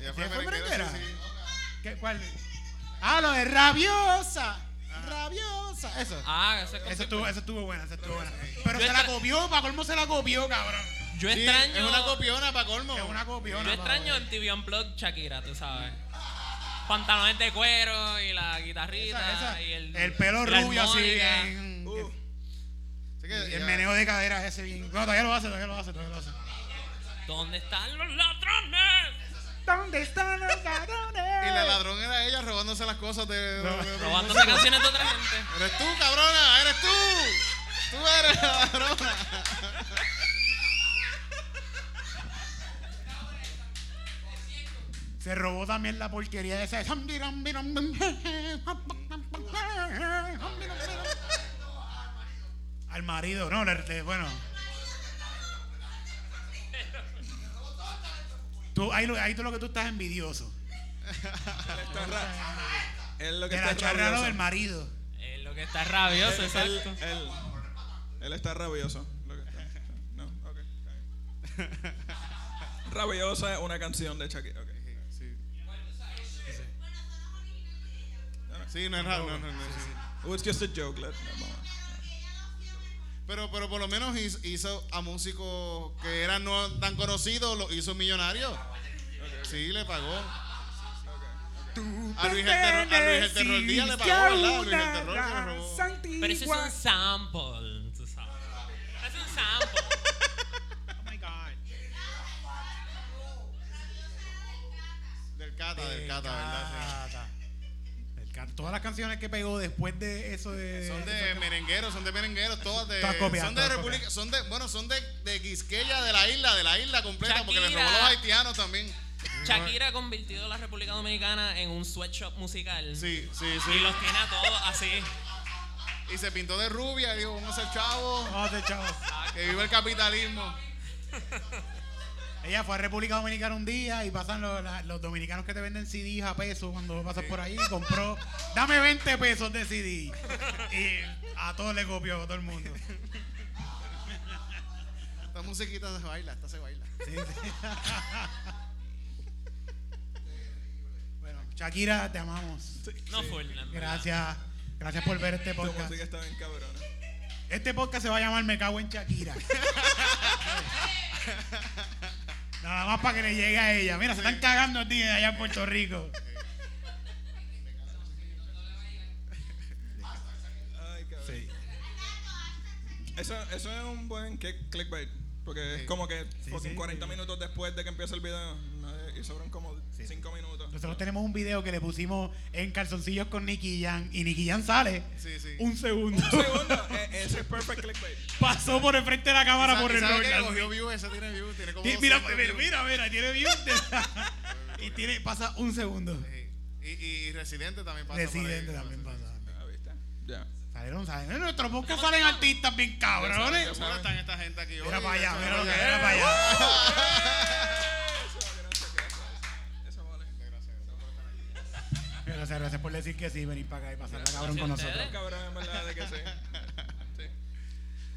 Ella
fue merenguera?
sí, sí.
¿Qué, ¿Cuál? Ah, lo de rabiosa. Rabiosa. Eso.
Ah, eso
Eso
es como-
estuvo, eso estuvo buena, eso estuvo buena. Pero
Yo
se la
estra-
copió, para colmo se la copió, cabrón.
Yo
Sí,
extraño.
Es una copiona para colmo.
Es una copiona.
Yo
pa'
extraño
joder.
el TV Unplugged Shakira, tú sabes. Pantalones de cuero y la guitarrita
Esa- esa-
y el,
el pelo
y la
rubio así eh.
armónica.
bien.
Uh,
Así que
el
ya-
meneo de cadera ese bien. No, todavía lo hace, todavía lo hace, todavía lo hace.
¿Dónde están los ladrones?
¿Dónde están los
Y la
ladrones?
ladrón era ella robándose las cosas de. de-
No.
de-
Robándose canciones de otra gente.
Eres tú, cabrona, eres tú. Tú eres la ladrona.
Se robó también la porquería esa. de- Al marido, no, le- le- bueno. Tú, ahí, lo- ahí tú lo que tú estás envidioso.
está ra- Es lo que
De la
está
charra
rabioso.
del marido.
Es lo que está rabioso,
Él- él-
exacto.
él- él está rabioso. lo que está- No, ok, está bien. Rabiosa es una canción de Shakira. ok.
Sí, no es raro. No, no, no, sí, sí.
Oh, it's just a joke. let- no, vamos.
Pero, pero por lo menos hizo, hizo a músicos que eran no tan conocidos, lo hizo millonario. Sí, le pagó. A Luis el Terror, a Luis el Terror Díaz le pagó, ¿verdad? A Luis el Terror se le robó.
Pero eso es un sample, tú sabes. Es un sample.
Del Cata, del Cata, ¿verdad?
Cata. Del Cata. Todas las canciones que pegó después de eso de.
Sí. Son de merengueros, son de merengueros, todas de.
Todas copias,
son de
todas
República,
copias.
son de, bueno, son de, de Quisqueya, de la isla, de la isla completa, porque le robó a
Shakira.
los haitianos también.
Shakira ha convertido a la República Dominicana en un sweatshop musical.
Sí, sí,
Y
sí.
los tiene a todos así.
Y se pintó de rubia y dijo, vamos a ser chavos,
Vamos a hacer, chavo.
que vive el capitalismo.
Ella fue a República Dominicana un día y pasan los, la- los dominicanos que te venden CDs a pesos cuando pasas por ahí. Compró, dame 20 pesos de CD. Y a todos le copió, a todo el mundo.
Esta musiquita se baila, esta se baila.
Sí, sí. Bueno, Shakira, te amamos.
No full, en verdad.
Gracias. Gracias por ver este
Tu
podcast.
música está bien cabrona.
Este podcast se va a llamar Me cago en Shakira. Nada más para que le llegue a ella. Mira, se están cagando a ti allá en Puerto Rico.
Ay, cabrón.
Sí.
Eso, eso es un buen click- clickbait. Porque es como que fucking
sí,
40 minutos después de que empiece el video. No, eh, y sobran como 5 minutos.
Nosotros tenemos un video que le pusimos en calzoncillos con Nicky Jan y Nicky Jan sale
Sí, sí.
un segundo.
Un segundo, eh, ese es perfect clickbait.
Pasó por enfrente de la cámara
¿Sabe-
por
sabe
error.
qué?
así.
Cogió view, ese tiene view, tiene como
Ti-
200
Mira, mira,
views.
mira, mira, tiene view de- y tiene, pasa un segundo.
Sí. Y, y Residente también pasa. por ahí.
Residente también pasa.
Ah, ¿Viste? Ya.
Salieron, salieron. En nuestro podcast salen artistas bien cabrones.
Ahora están esta gente aquí.
Mira
Oye,
para allá,
ese-
mira lo que era para allá.
Eso vale, gracias, gracias. Eso vale.
Gracias, gracias por decir que sí, venir para acá y pasarla cabrón con
Gracias a
nosotros.
ustedes.
Cabrón, en verdad, de que sí. Sí.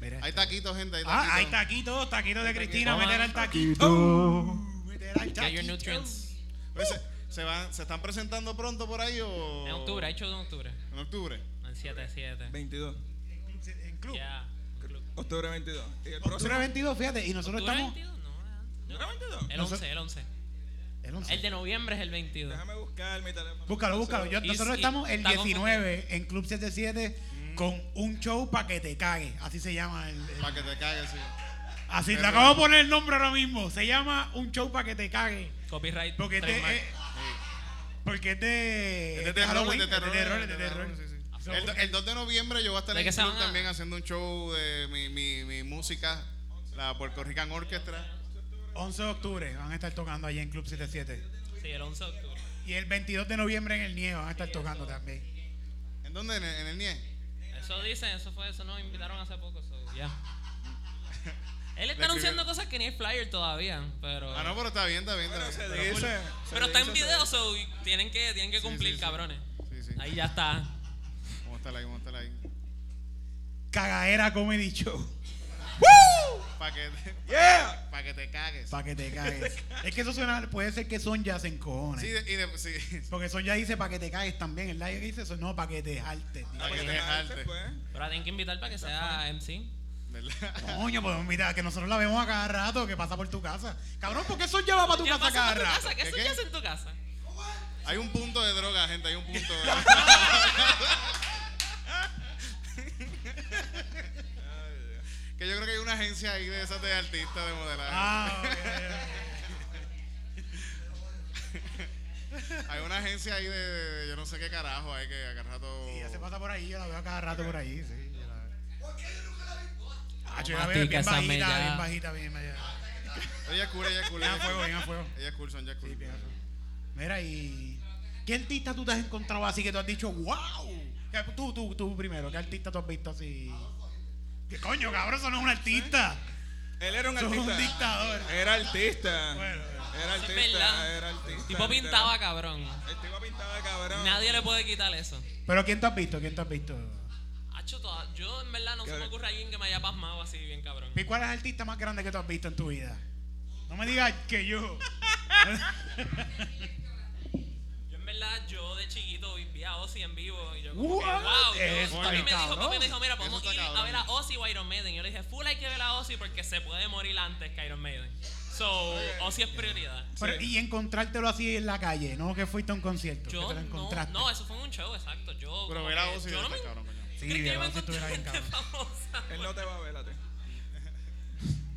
Mira.
Hay taquitos, gente. Hay taquitos.
Ah, hay taquitos, taquitos de Cristina,
Coman
meter al taquito.
Oh.
Meter al
Get your
taquito.
nutrients.
Oye, Pues ¿Se, se van, ¿Se están presentando pronto por ahí o.?
En octubre, hay show en octubre.
En octubre.
En 7-7.
22.
En club.
Ya. Club.
Octubre 22. ¿Y el
Octubre
próximo?
22, fíjate, y nosotros
¿Tú eres
estamos.
22? No, era antes.
¿No era 22?
El
Nosotros-
11, el 11.
El 11.
El de noviembre es el 22.
Déjame buscar mi teléfono.
Búscalo, búscalo. Yo-
Y-
nosotros
y-
estamos el
estamos
19 en Club 77 con un show para que te cague. Así se llama. el- el-
Para que te cagues, sí.
así, te
Pero-
acabo de poner el nombre ahora mismo. Se llama un show para que te cague.
Copyright.
Porque es de.
trademark.
este
eh, porque este es de.
Es de terror,
Halloween,
es de terror.
es de
es de
terror.
terror, sí, sí.
So-
El, do- el 2 de noviembre yo voy a estar
¿De
en
qué se
club
van a-
también haciendo un show de mi, mi, mi música, la Puerto Rican Orchestra.
11 de octubre van a estar tocando allí en Club 77.
Sí, el 11 de octubre.
Y el 22 de noviembre en el NIE van a estar tocando también.
¿En dónde? ¿En el, en el NIE?
Eso dicen, eso fue, eso nos invitaron hace poco, so, ya. Él
Le escribió-
está anunciando cosas que ni hay flyer todavía, pero.
Ah, no, pero está bien, está bien. Está
Pero se
bien.
dice. se
pero está en
dice, se
video, so y tienen que, tienen que cumplir,
sí, sí.
cabrones.
Sí, sí.
Ahí ya está.
Vamos a estar ahí, vamos a estar ahí.
Cagadera Comedy Show.
Para que,
dice. Yeah.
pa' que te cagues.
Para que te cagues. es que eso suena, puede ser que son ya se encojones.
Sí, de- y de- sí.
Porque son ya dice para que te cagues también. El live dice eso, no, para que te jaltes. tío.
Pa' que
Pues,
te jarte.
pues.
Pero la tienen que invitar para que sea MC.
¿Verdad?
Coño, pues mira, que nosotros la vemos a cada rato que pasa por tu casa. Cabrón, ¿por qué son ya va para tu
¿Qué
casa
pasa
cada
en tu
rato?
casa? ¿Qué
¿Qué,
eso
qué?
ya hace en tu casa?
Hay un punto de droga, gente, hay un punto. que yo creo que hay una agencia ahí de esas de artistas de modelaje.
Ah, ok, ok.
Hay una agencia ahí de, de- de yo no sé qué carajo hay que agarrar todo.
Sí, ella se pasa por ahí, yo la veo a cada rato por ahí, sí. yo la veo. Ah, yo la
Matica
veo bien
esa
bajita, bien
mella.
bajita, bien bajita.
Ella es cool, ella es cool.
Bien
Ella es
a fuego,
cool,
bien a fuego.
ella es cool, son ya es cool.
Sí, bien a fuego. Mira, y ¿qué artista tú te has encontrado así que tú has dicho, wow? Tú, tú, tú primero, ¿qué artista tú has visto así? ¿Qué coño, cabrón? Eso no es un artista.
Él era un
Eso es
artista.
un dictador.
Era artista.
Bueno,
Era
Eso es
artista,
verdad.
era artista.
Tipo pintaba, cabrón.
El tipo pintaba, cabrón.
Nadie le puede quitar eso.
Pero ¿quién tú has visto? ¿Quién tú has visto?
Hacho, toda- yo en verdad no se me
Cabrón.
ocurre alguien que me haya pasmado así bien, cabrón.
¿Y cuál es el artista más grande que tú has visto en tu vida? No me digas que yo.
Yo en verdad, yo de chiquito vi- vi a Ozzy en vivo y yo como que,
What?
wow. yo-
Eso está
papi me
cabrón.
dijo, papi me dijo, mira,
Eso
vamos
está
a ir a
cabrón.
ver a Ozzy o a Iron Maiden. Yo le dije, full hay que ver a Ozzy porque se puede morir antes que Iron Maiden. So, Ozzy es prioridad.
Pero, y encontrártelo así en la calle, no que fuiste a un concierto, que
Yo
te lo
no,
encontraste.
no, eso fue en un show, exacto. Yo,
Pero
como
ver a
que-
Ozzy
yo no
está
me-
cabrón, coño.
Sí,
¿crees que
de
yo me
verdad, si
encontré
estuviera bien
gente
cabrón.
famosa?
Él no te va a ver a ti.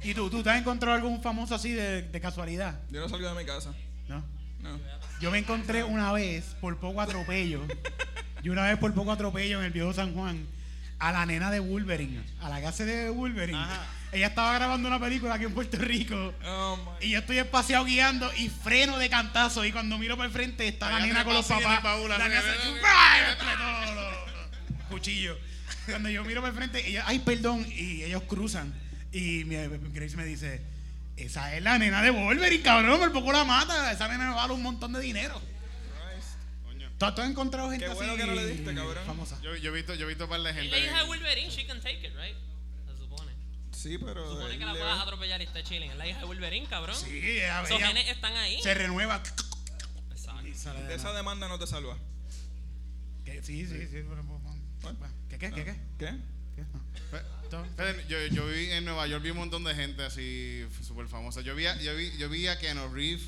¿Y tú, tú te has encontrado algún famoso así de, de casualidad?
Yo no salgo de mi casa.
¿No?
No.
Yo me encontré una vez por poco atropello. yo una vez por poco atropello en el viejo San Juan a la nena de Wolverine, a la que hace de Wolverine.
Ajá.
Ella estaba grabando una película aquí en Puerto Rico.
Oh my.
Y yo estoy espaciado guiando y freno de cantazo. Y cuando miro para el frente está la
Allá
nena
atrás
con los
pasillo,
papás.
el baúl,
la
así,
nena
¿verdad?
se ¡Bah! Y me explotó los- los cuchillos. Cuando yo miro para el frente, ella, ay, perdón. Y ellos cruzan. Y mi- Grace me dice: Esa es la nena de Wolverine, cabrón. Por poco la mata. Esa nena vale un montón de dinero.
Christ.
Coño.
¿Tú, tú has encontrado gente
Qué bueno
así
que no le diste, cabrón.
Famosa.
Yo, yo he visto, yo he visto un par de
Y
gente.
le dije a
bien-
Wolverine, she can take it, right? Se supone.
Sí, pero.
Se supone
él
que la
le-
puedas atropellar y esté chilling. Es la hija de Wolverine, cabrón.
Sí, ella-
Esos
ella
genes están ahí.
se renueva.
Exacto.
Sale de
de esa
nada.
demanda no te salva.
Que- Sí, sí, sí. ¿Qué, qué, qué? qué?
¿Qué?
¿Qué? No. Todo-
Fíjate, Yo, yo vi en Nueva York vi un montón de gente así súper famosa. Yo vi, a, yo, vi, yo vi a Keanu Reeves,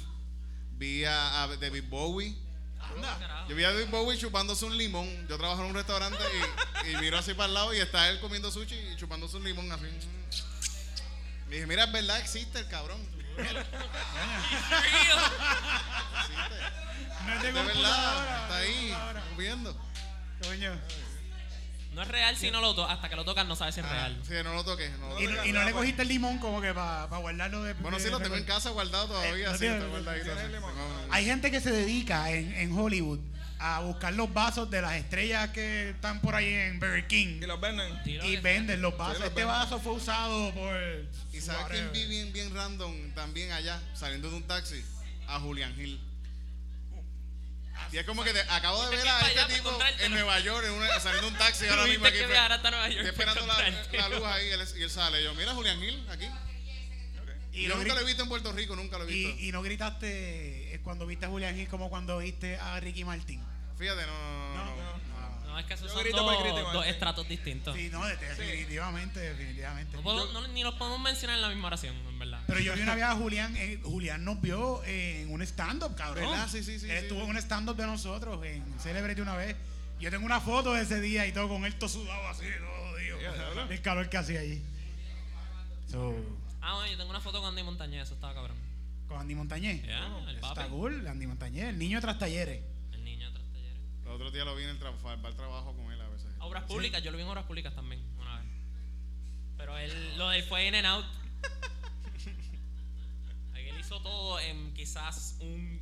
vi a, a David Bowie.
Carajo.
Yo vi a David Bowie chupándose un limón. Yo trabajo en un restaurante y, y miro así para el lado y está él comiendo sushi y chupándose un limón así. Me dije, mira, es verdad, existe el cabrón.
No es de
De verdad,
computadora,
está
de
ahí,
computadora.
viendo.
Coño.
No es real si no lo tocas. Hasta que lo tocas no sabes si es
Ah,
real.
sí, no lo toques. No lo
Y,
toques.
no- y no le cogiste el limón como que para guardarlo de.
pues. Bueno,
de-
sí, lo
de-
tengo en casa guardado
Eh,
todavía.
no
Sí,
tiene-
está guardadito.
tiene
sí,
limón.
tengo-
Hay gente que se dedica en, en Hollywood a buscar los vasos de las estrellas que están por ahí en Burger King
Y los venden.
Sí, lo
y
que-
venden los
Sí,
vasos.
los
Este
venden.
vaso fue usado por.
¿Y sabes quién
whatever.
vi bien, bien random también allá, saliendo de un taxi? A Julián Gil.
Oh.
Y es como que te- acabo de ver
Tienes que ir
a
para
este
allá para
tipo
encontrártelo.
en Nueva York, en una- saliendo de un taxi ahora mismo
Tuviste
aquí.
que
pero-
viajar hasta Nueva York.
estoy
para
esperando la,
encontrarte.
la luz ahí él es- y él sale. Y yo, mira Julián Gil aquí.
Y
yo
lo
nunca
gri-
lo he visto en Puerto Rico, nunca lo he visto.
Y, y no gritaste eh, cuando viste a Julián Gil como cuando viste a Ricky Martin.
Ah.
Fíjate, no, no, no. no, no.
No, es que esos
Yo
son
grito por el grito,
dos,
igual,
dos
¿eh?
sí.
estratos distintos.
Sí, no, de- definitivamente, definitivamente.
No puedo- no- ni los podemos mencionar en la misma oración, en verdad.
Pero yo vi una vez a Julián, eh, Julián nos vio eh, en un stand-up, cabrón.
¿Verdad? Sí, sí, sí,
Él
sí.
estuvo en un stand-up de nosotros, en Celebrity una vez. Yo tengo una foto de ese día y todo con él todo sudado así, todo, Dios.
diablo.
El calor que hacía allí. So,
Ah, bueno, yo tengo una foto con Andy Montañez, eso estaba cabrón.
con Andy Montañez.
Ya, el
Eso
papi.
Está cool, Andy Montañez, el niño tras talleres.
El niño tras talleres.
El otro día lo vi en el trabajo, para el trabajo con él a veces.
A Obras públicas, yo lo vi en obras públicas también, una vez. Pero él, lo de él fue in and out. él hizo todo en quizás un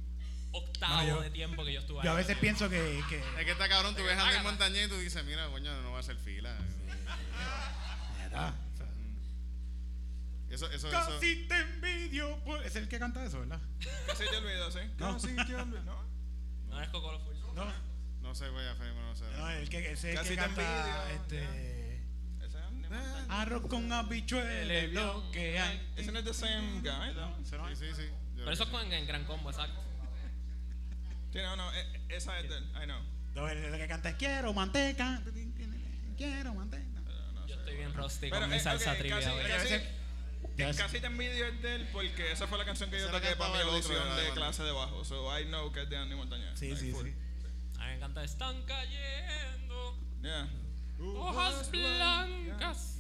octavo
Bueno, yo-
de tiempo que yo estuve ahí.
Yo a veces pienso que, que
Es que está cabrón, tú ves a
Págala.
Andrés Montañez y tú dices, mira, coño, no va a hacer fila. Eso, eso, eso.
Casi te envidio. por- Es el que canta eso, ¿verdad?
Casi te olvidas, ¿sí? Casi te olvidas, ¿no?
No eres Coco Full.
No,
No sé, güey, a Femo, no sé.
no el que, ese es el
Casi
que
te
canta
envidio,
este,
Ese es Andy Montañez.
arroz con habichuelas, lo que hay.
Eh,
Isn't it the same guy, though?
Eso no
Sí,
es.
sí, sí. yo
Pero
creo
eso es
que
con- en, Gran Combo, exacto.
Sí, no, no, e- e- esa es de él. I know.
No, el, el que canta es quiero manteca, quiero manteca.
Pero no
Yo
sé.
estoy bien rusty
Pero,
con mi
eh,
salsa
ok,
trivia
casi-
hoy.
casi-
Ya es-
Casi te envidio es de él porque esa fue la canción que yo
Esa la
toqué para mi
cantaba el otro,
audición
la de
de
Andy.
clase de bajo. So I know que es de Andy Montañez.
Sí,
Like,
sí,
full.
sí.
A mí me encanta. Están cayendo
Yeah.
hojas blancas.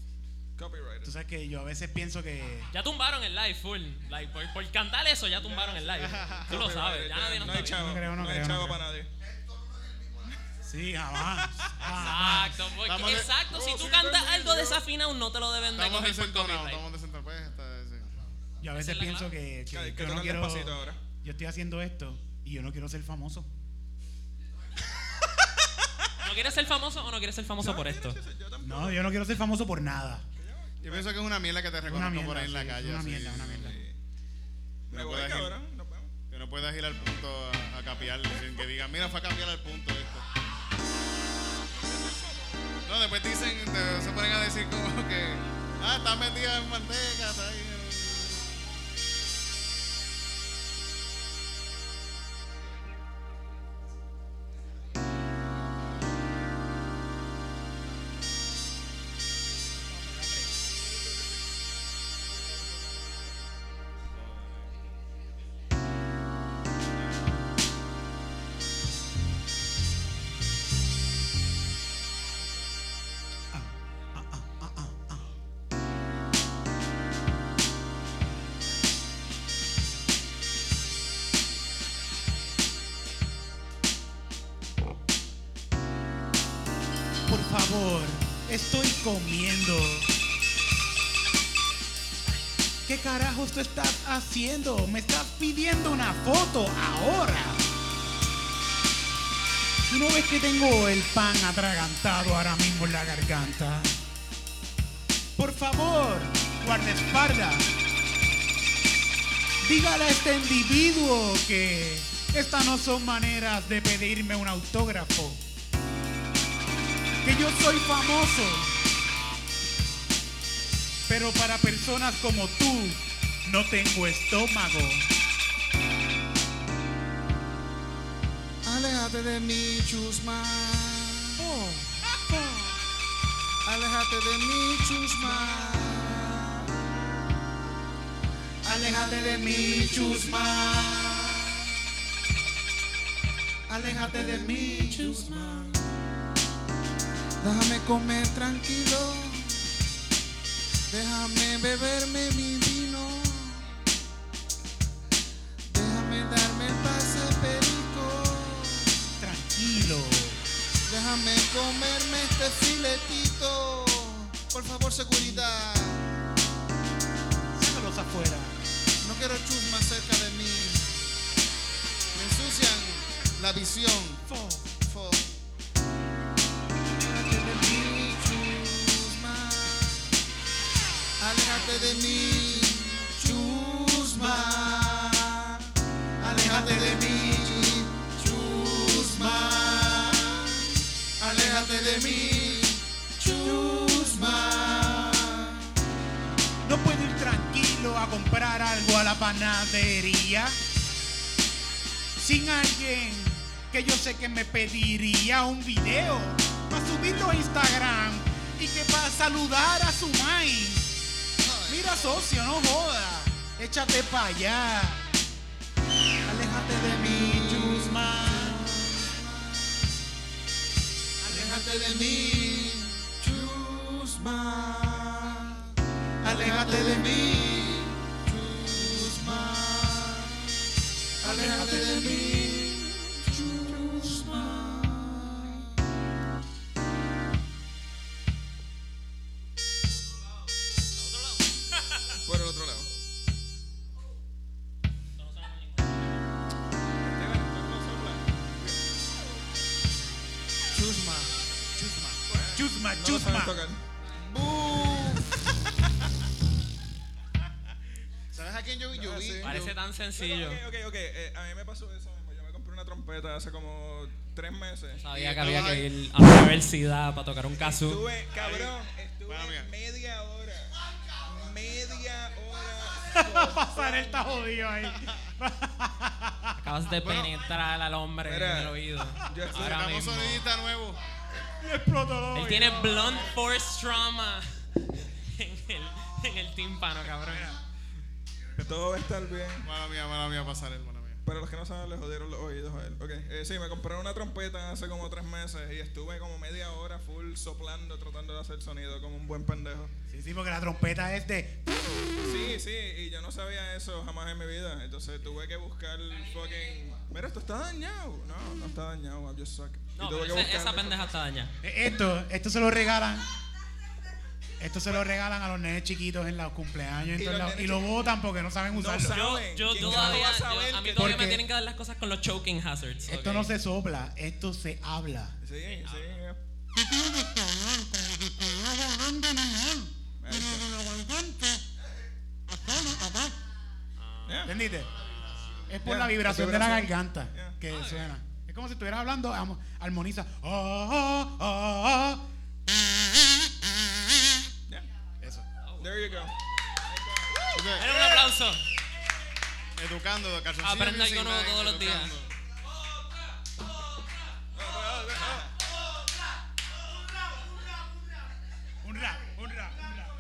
Tú
Copyrighted.
sabes que yo a veces pienso que
Ya tumbaron el live, full. Like, por, por cantar eso, ya tumbaron el live. Tú lo sabes,
Copyrighted,
ya
yeah.
nadie nos
No
está
hay
viendo.
chavo,
No creo, no
no hay
creo, no
chavo
creo.
para nadie.
sí, jamás. jamás.
Exacto, porque-
Estamos de-
exacto. Si
Oh,
tú
sí,
cantas
también,
algo
yo-
desafinado, no te lo deben de
Estamos
coger por
desentonados,
copyright.
estamos desentonados. Pues, está, sí.
Yo a veces
es la
pienso que,
clave.
que
Hay que
yo no
tocar
quiero.
despacito ahora.
Yo estoy haciendo esto y yo no quiero ser famoso.
¿No quieres ser famoso o no quieres ser famoso por esto?
No, yo no quiero ser famoso por nada.
Yo pienso que es una mierda que te
Es Una
reconozco
mierda.
por ahí en la
sí, es
calle.
una
sí.
mierda, una mierda.
Me
No
voy,
puedes ir.
cabrón. Nos vemos.
Que no puedas ir al punto a, a capiar, sin que digan, mira, fue a capiar al punto esto. No, después dicen, te- se ponen a decir como que, ah, está metida en manteca, está ahí. en-".
Por favor, estoy comiendo. ¿Qué carajos tú estás haciendo? Me estás pidiendo una foto ahora. ¿Tú no ves que tengo el pan atragantado ahora mismo en la garganta? Por favor, guardaespaldas. Dígale a este individuo que estas no son maneras de pedirme un autógrafo que yo soy famoso. Pero para personas como tú, no tengo estómago.
Aléjate de mi chusma. Aléjate de mi chusma.
Aléjate de mi chusma. Aléjate de mi chusma.
Déjame comer tranquilo. Déjame beberme mi vino. este canción.
Oh.
Fo. Aléjate de mí, chusma. Aléjate de mí, chusma. Aléjate de mí, chusma. Aléjate de mí, chusma.
No puedo ir tranquilo a comprar algo a la panadería sin alguien que yo sé que me pediría un video para subirlo a Instagram y que para saludar a su main. Mira, socio, no joda, échate para allá. Aléjate de mí, Chusma.
Aléjate de mí, chusma. Aléjate de mí, chusma. Aléjate de mí, chusma.
Por el otro lado. Esteban, esto no sopla.
Chusma.
Chusma,
No lo
chusma.
sabes tocar.
¿Sabes a quién yo vi? Yo vi.
Parece tan sencillo.
Ok, ok, ok. eh, a mí me pasó eso mismo. Yo me compré una trompeta hace como tres meses.
Sabía que había
eh.
que ir a la universidad para tocar un kazoo.
Estuve, cabrón, estuve
mala mía.
media hora. Media hora.
Pasar está jodido ahí.
Acabas de penetrar al hombre en
Mira,
el oído.
yo estoy
Ahora
Sacamos
mismo.
sonidista nuevo.
Le explotó el
Él
oído.
tiene blunt force trauma en el, en el tímpano, cabrón.
Todo va a estar bien.
Mala mía, mala mía, pasar el, mala mía.
Para los que no saben, le jodieron los oídos a él. Ok, eh, sí, me compré una trompeta hace como tres meses y estuve como media hora full soplando, tratando de hacer sonido como un buen pendejo.
Sí, sí, porque la trompeta es de.
Sí, sí, y yo no sabía eso jamás en mi vida. Entonces tuve que buscar fucking. Mira, esto está dañado. No, no está dañado. I just suck. Y
No,
tuve
pero
que
ese- esa
buscar-
pendeja está dañada.
Eh, Esto, esto se lo regalan. Esto se lo regalan a los nenes chiquitos en los cumpleaños en
Y
todos
los
lados, y,
nenes
lo
chiquitos.
botan porque no saben usarlo.
saben.
Yo,
Saben,
yo
¿quién
todavía,
carajo va a
yo-
saber
a mí
que-
todavía me
Porque-
tienen que dar las cosas con los choking hazards.
Esto
ok.
no se sopla, esto se habla.
Sí,
Ah.
sí. Ahí está.
Ah.
Yeah.
¿Entendiste? Es por
Ya,
la vibración de la
vibración.
garganta
Ya.
que suena. Es como si estuvieras hablando, am- armoniza. Ah, ah, ah, ah.
Yeah.
Eso.
There you go.
Dale un aplauso.
Educando, de calzoncillo
Aprendo
music
algo nuevo
night,
todos los días.
educando.
Un rap, un rap, un rap.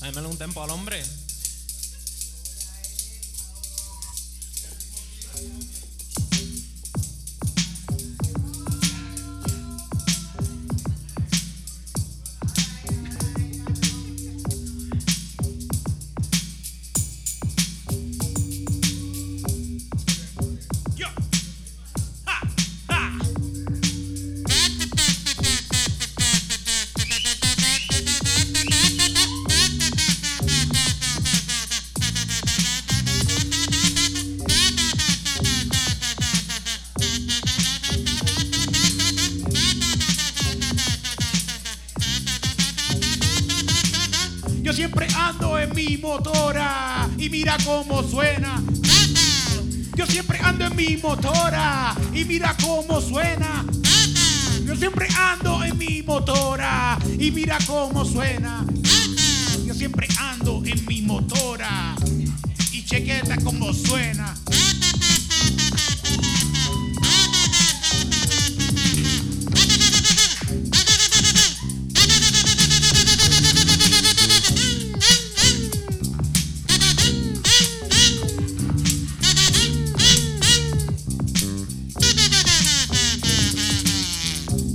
Dámelo un tempo al hombre.
Yo. Ja, ja. Yo siempre ando en mi motora y mira cómo suena. Yo siempre ando en mi motora y mira cómo suena. Yo siempre ando en mi motora y mira cómo suena. Yo siempre ando en mi motora y chequeta cómo suena.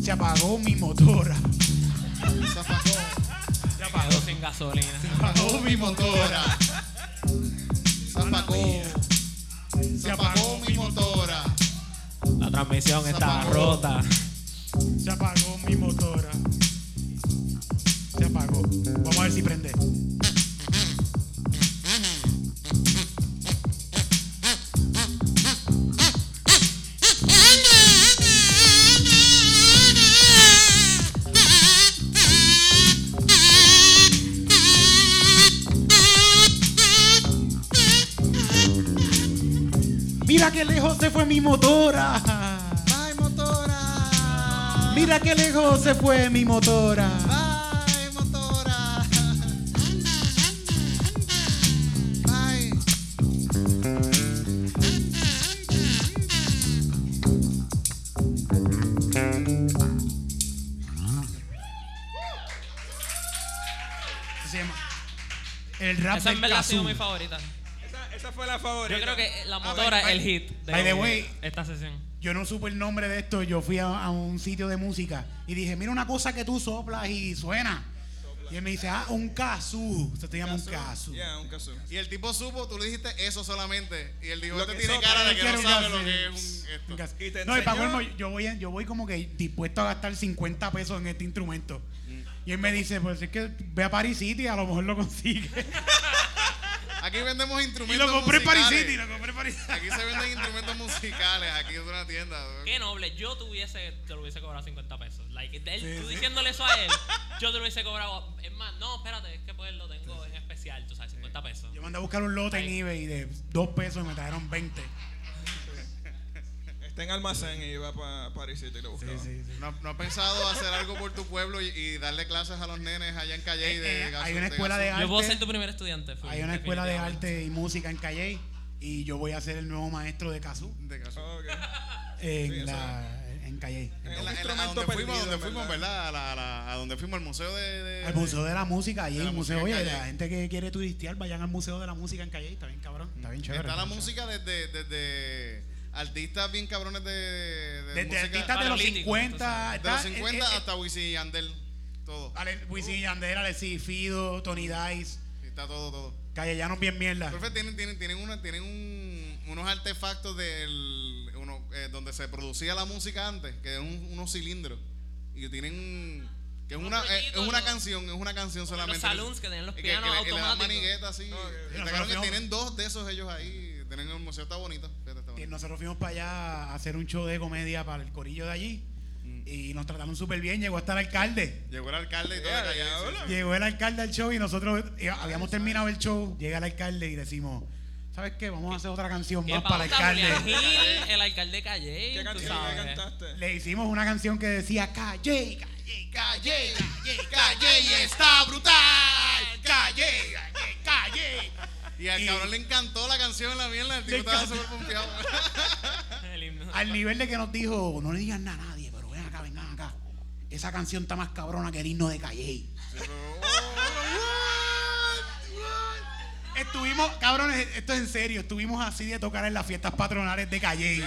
Se apagó mi motora.
Zafacón.
Quedó sin gasolina.
Zapacó mi motora. Zapacó.
Se apagó
Zapacó mi motora.
La transmisión está
Zapagó.
rota.
Se apagó mi motora. Se apagó. Vamos a ver si prende. lejos se fue mi motora.
Bye, motora.
Mira qué lejos se fue mi motora.
Bye, motora. Bye.
Se llama el rap
Esa en
del
verdad ha sido
Kazoo.
mi favorita.
Esa, esa fue la favorita.
Yo creo que eh, la motora es
Ah, by-
el hit de
by the way.
esta sesión.
Yo no supe el nombre de esto. Yo fui a, a un sitio de música y dije, mira una cosa que tú soplas y suena. Y él me dice, ah, un kazoo. Se te llama un kazoo.
Yeah, un caso.
Y el tipo supo, tú le dijiste eso solamente. Y él dijo,
Lo
este
que
tiene
sopla,
cara de
yo
que no
Quiero
sabe lo
kazoo.
que es un,
Un
esto.
kazoo.
¿Y te
No, y para
enseñó?
colmo, yo voy, yo voy como que dispuesto a gastar 50 pesos en este instrumento.
Mm.
Y él me dice, pues es que ve a Paris City, a lo mejor lo consigue.
Aquí vendemos
y
instrumentos
lo compré en Paris
musicales.
City, lo compré en Paris City.
Aquí se venden instrumentos musicales, aquí es una tienda.
Qué noble, yo te hubiese, te lo hubiese cobrado 50 pesos. Like, él- tú diciéndole eso a él, yo te lo hubiese cobrado. Es más, no, espérate, es que pues lo tengo en especial, tú sabes, 50 pesos.
Yo mandé a buscar un lote en eBay de 2 pesos y me trajeron 20.
Está en almacén y iba para París y lo buscaba.
¿No, no has pensado hacer algo por tu pueblo y, y darle clases a los nenes allá en Calle? y de
Eh, eh,
Gaso-
hay una
de
escuela de
Gaso?
arte.
Yo puedo ser tu primer estudiante. Phil,
Hay una escuela de
definitivamente.
arte y música en Calle y yo voy a ser el nuevo maestro de kazoo
De Gaso.
Ok.
en,
Sí, eso
la, en Calle.
Es
En
un
la- en la- a
instrumento
donde fuimos, a
perdido,
donde
en
fuimos,
verdad.
¿verdad? A, la- a la- a donde fuimos, al museo de... de-
Al Museo de la Música, allí
de la
el museo,
música
oye,
en
la
Calle.
gente que quiere turistear, vayan al Museo de la Música en Calle, está bien cabrón, está bien chévere.
Está la música desde, desde artistas bien cabrones de... de
Desde
música-
artistas de los
Paralíticos,
50,
de los
está-
50
eh, ah. eh,
hasta Wisin y Yandel, todo.
Ale- Wisin y Yandel, Alexis Fido, Tony Dice,
Está todo, todo.
Callellanos bien
Ah.
mierda.
Perfecto, tienen, tienen, tienen, una, tienen un- unos artefactos del, uno, eh, donde se producía la música antes, que eran un- unos cilindros. Y tienen un- que es
Unos
una, eh, es
rollitos,
una
¿no?
canción, es una canción
Como
solamente.
los saloons que tenían los
Y
pianos
le- le dan
automáticos.
manigueta así. Y
Mira,
claro que
pero-
tienen dos de esos ellos ahí. Tienen el museo, está bonito. Fíjate, está
Eh,
bonito.
Nosotros fuimos para allá a hacer un show de comedia para el corillo de allí y nos trataron súper bien, llegó hasta el alcalde.
Llegó el alcalde y todo.
Yeah,
de calle,
diablo.
sí, sí.
Llegó el alcalde al show y nosotros eh, habíamos terminado el show. Llega el alcalde y decimos, ¿sabes qué? Vamos a hacer otra canción
Que
más para el
pauta, Julián
alcalde.
Gil, el alcalde de Calle.
¿Qué
tú
canción
sabes.
que cantaste?
Le hicimos una canción que decía, calle, calle,
Calle, calle está brutal. Calle, calle, calle. Y al
Y-
cabrón le encantó la canción, la mierda. El tipo
Le
estaba
encantó.
súper pompeado.
El himno.
Al nivel de que nos dijo, no le digan nada a nadie, pero ven acá, vengan acá. Esa canción está más cabrona que el himno de Calle. Estuvimos, cabrones, esto es en serio, estuvimos así de tocar en las fiestas patronales de Calle.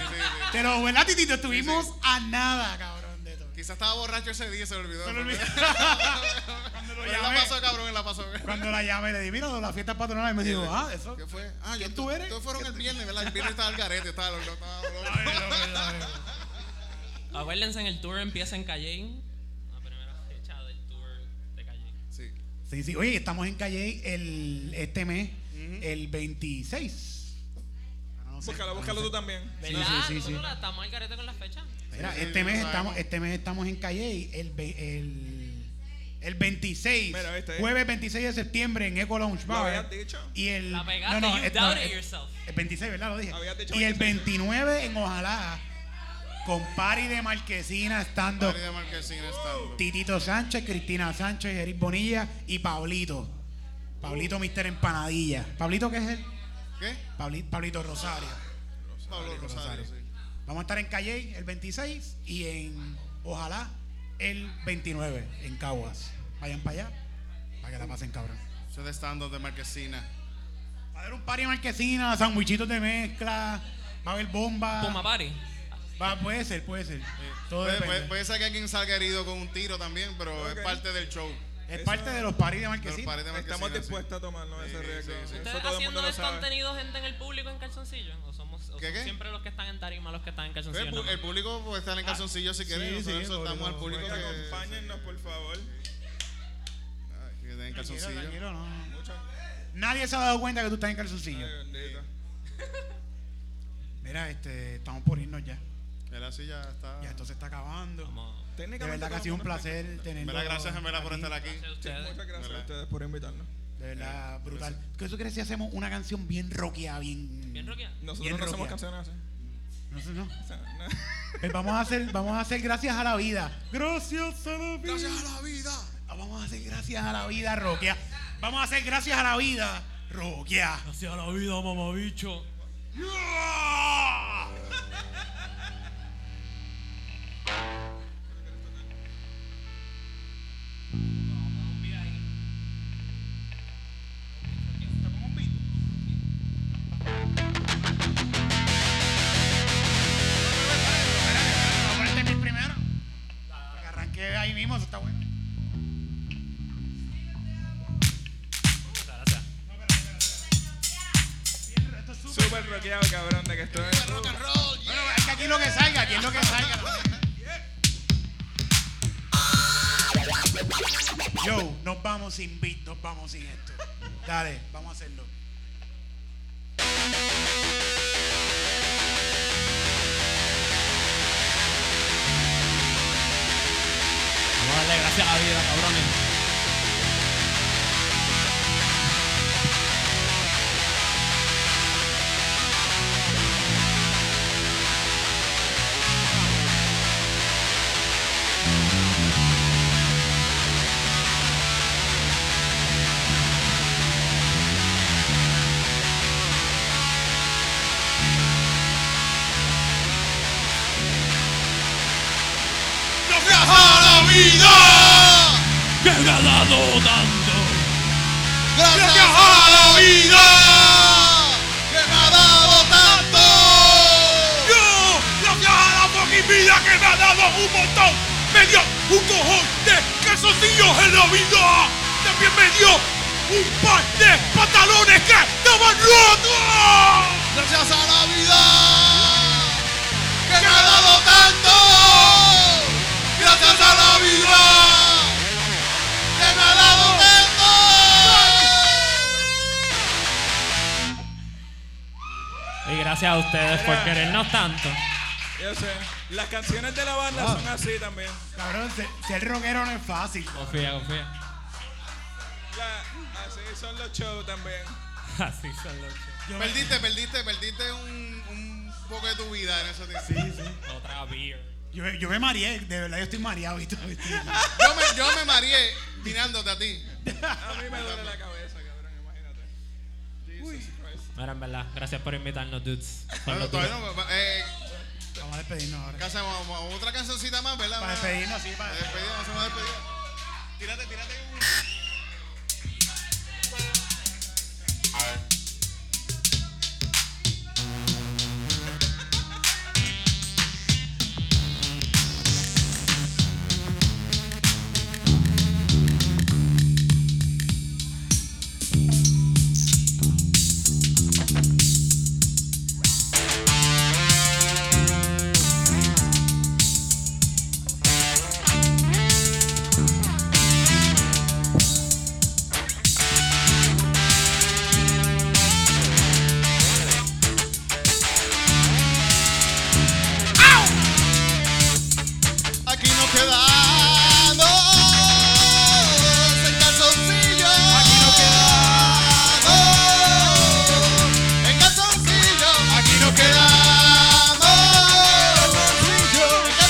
Te lo verdad, Titito, estuvimos a nada, cabrón, de tocar.
Quizás estaba borracho ese día y se lo olvidó.
Se lo olvidó. Cuando lo
Pero él la
llamé.
pasó, cabrón, él la pasó.
Cuando la llamé le dije, mira, lo de las fiestas patronales, me dijo, ah, eso.
¿Qué fue? Ah,
¿Quién tú eres?
Todos fueron el viernes, ¿verdad? El viernes estaba el garete, estaba loco, estaba loco.
A ver, a ver, a ver.
Acuérdense, en el tour empieza en Calle. La primera fecha del tour de Calle.
Sí.
Sí, sí, oye, estamos en Calle el, este mes, el 26. Ah, no sé.
Búscalo, búscalo tú también.
¿Verdad?
sí, sí, sí.
Nosotros la estamos al carete con las fechas.
Mira,
Sí, sí,
este
lo
mes
sabemos.
estamos, este mes estamos en Calle y el, ve- el, el 26,
Mira, ¿viste?
jueves 26 de septiembre en Eco Lounge
¿Lo habías
Bar.
dicho?
Y el,
La pegaste, you
esto- eh,
doubted yourself.
El 26, ¿verdad? Lo dije.
Habías dicho
Y el
26.
29 en Ojalá, con Pari de Marquesina estando
María Marquesina está loco.
Titito Sánchez, Cristina Sánchez, Eric Bonilla y Pablito. Pablito Mister Empanadilla. ¿Pablito qué es él?
¿Qué?
Pabli- Pablito Rosario.
Pablo Rosario, sí.
Vamos a estar en Calle el 26 y en Ojalá el 29 en Caguas. Vayan para allá para que la pasen cabrón.
Eso es de stand-up de Marquesina.
Va a haber un party en marquesina, sandwichitos de mezcla, va a haber bomba.
Puma Party.
Va, puede ser, puede ser. Todo
Puede,
depende.
puede- puede ser que alguien salga herido con un tiro también, pero
Ok.
es parte del show.
es parte de los paris de
Pero
marquesina.
parte de
Estamos
Marquesina, sí.
dispuestos a tomarnos ese
Sí, sí,
riesgo.
sí.
Eso
¿Ustedes
todo el
haciendo
mundo lo sabe.
contenido gente en el público en calzoncillo? ¿O somos o
¿Qué,
son
qué?
siempre los que están en tarima los que están en
Pues, El,
calzoncillo?
pu-
nada más?
el público puede estar en calzoncillos si quiere.
sí,
Nosotros
sí,
soltamos al
lo- lo-
público
Pues,
que,
Acompáñennos, por favor.
ay, que esté en
Tranquilo,
calzoncillos.
tranquilo, no, no.
Mucho.
Nadie se ha dado cuenta que tú estás en
Ay,
calzoncillo.
bendito.
Mira, este, estamos por irnos ya.
Él así ya está.
Ya esto se está acabando.
Vamos.
De verdad que ha sido un placer tenerlo.
Mira, gracias en verdad por estar aquí.
Gracias a
Sí,
ustedes.
Muchas gracias a
¿Verdad?
ustedes por invitarnos.
De verdad, brutal. ¿Qué tú crees si hacemos una canción bien rockeada, bien...
¿Bien, Rocky?
Nosotros
Bien
no hacemos
rockeada.
canciones así.
No sé, no. Pues vamos a hacer, vamos a hacer gracias a la vida. Gracias a la vida. Ah,
Gracias a la vida.
Vamos a hacer gracias a la vida, Roquia. Vamos a hacer gracias a la vida, Roquia.
Gracias a la vida, mamabicho.
Este es mi primero. Que Arranqué ahí mismo, eso está bueno.
Súper rockeado, cabrón, de que estoy.
Rock and roll. yeah.
Bueno, es que aquí lo que salga, aquí es lo que salga. Yo, nos vamos sin beat, nos vamos sin esto. Dale, vamos a hacerlo.
Vamos a darle gracias a la vida, cabrones.
¡Gracias a la vida!
¡Que me ha dado tanto!
¡Gracias a la vida! ¡Que me ha dado tanto!
Yo, gracias a la fucking vida que me ha dado un montón, me dio un cojón de calzoncillos en la vida. También me dio un par de pantalones que estaban rotos.
Gracias a la vida que me ha dado tanto. Gracias a la vida que me ha dado tanto.
Y gracias a ustedes por querernos tanto.
Yo sé, las canciones de la banda
Ah.
son así también.
Cabrón, se- ser rockero no es fácil.
Confía, confía.
La- así son los shows también.
Así son los
Yo me-
Perdiste, perdiste, perdiste un, un poco de tu vida en ese tiempo.
shows. Otra beer.
Yo, yo me mareé, de verdad yo estoy mareado y todo. ¿viste?
Yo me, yo me mareé mirándote a ti.
A mí me duele la cabeza, cabrón, imagínate. Jesus Christ.
Mira, en verdad, gracias por invitarnos, dudes. Son
Bueno,
los
todavía
duros.
no, eh,
Vamos a despedirnos ahora.
¿qué hacemos? ¿Vamos a Otra cancioncita más, ¿verdad?
Para despedirnos, sí, para
Despedida, hacemos una despedida. Tírate, tírate un. Aquí nos quedamos en calzoncillos. Aquí nos quedamos en calzoncillos. Aquí nos quedamos en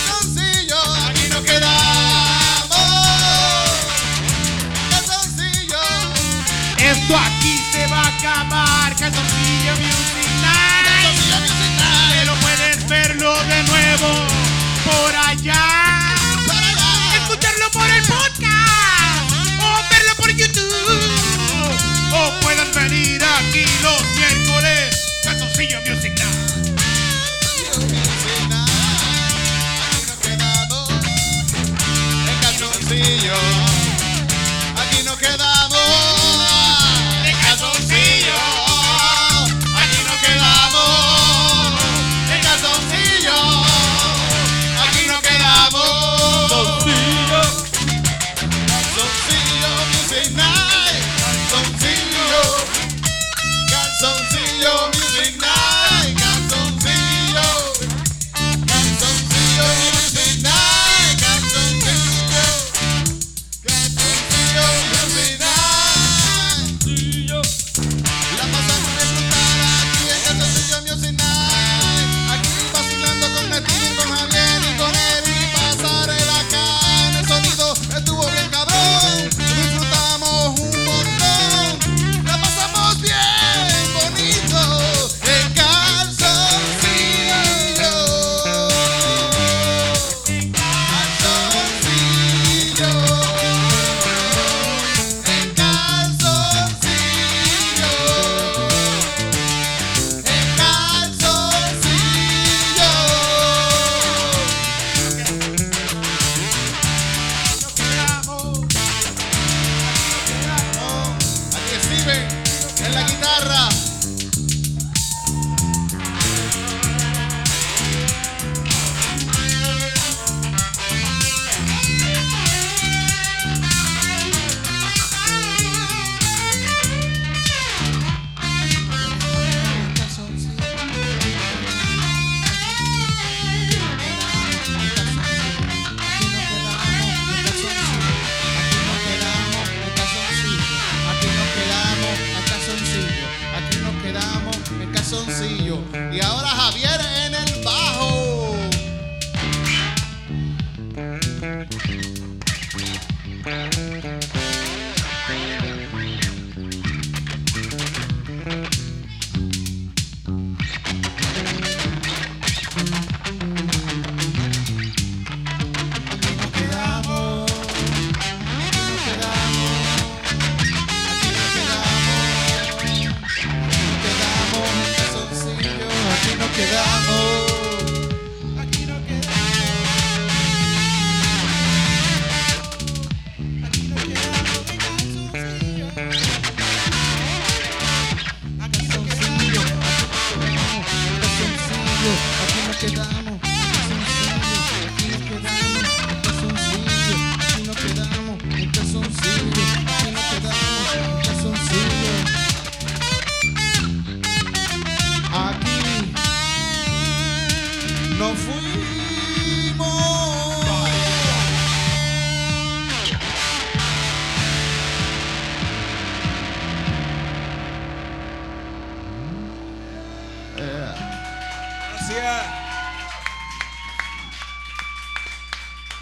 calzoncillos. Aquí nos quedamos en calzoncillos.
Esto aquí se va a acabar, Calzoncillo Music Night.
Calzoncillos Music Night.
Pero puedes verlo de nuevo por allá.
Por allá.
Escucharlo por el podcast o verlo por YouTube. O pueden venir aquí los miércoles, Calzoncillo Music Night.
Music Night. Aquí nos quedamos en calzoncillos. Aquí nos quedamos en calzoncillos. Aquí nos quedamos en calzoncillos. Aquí nos quedamos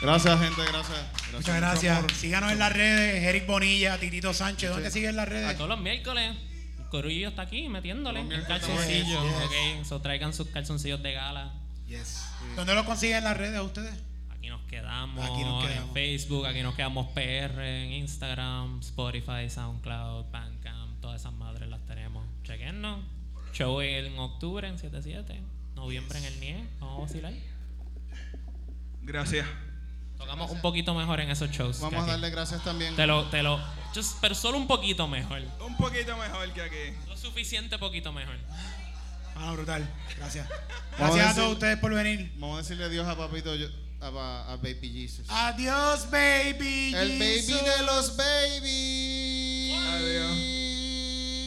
Gracias, gente, gracias. gracias
Muchas gracias. Por, Síganos por. en las redes, Eric Bonilla, Titito Sánchez. ¿Dónde sí. siguen las redes?
A todos los miércoles. El Corillo está aquí metiéndole el calzoncillo. Yes, yes. Ok, so, traigan sus calzoncillos de gala.
Yes. ¿Dónde lo consiguen las redes a ustedes?
Aquí nos, quedamos, aquí nos quedamos en Facebook, aquí nos quedamos PR, en Instagram, Spotify, SoundCloud, Bandcamp, todas esas madres las tenemos. Chequennos. Show en octubre en 77, noviembre en el NIE. Vamos a vacilar.
Gracias.
Tocamos gracias. un poquito mejor en esos shows.
Vamos a darle gracias también.
Te lo, te lo, just, pero solo un poquito mejor.
Un poquito mejor que aquí.
Lo suficiente poquito mejor.
Ah, brutal. Gracias. Gracias a, a, todos ustedes por venir.
Vamos a decirle adiós a papito, yo, a, a, Baby Jesus.
Adiós, Baby
El
Jesus.
baby de los babies.
Adiós.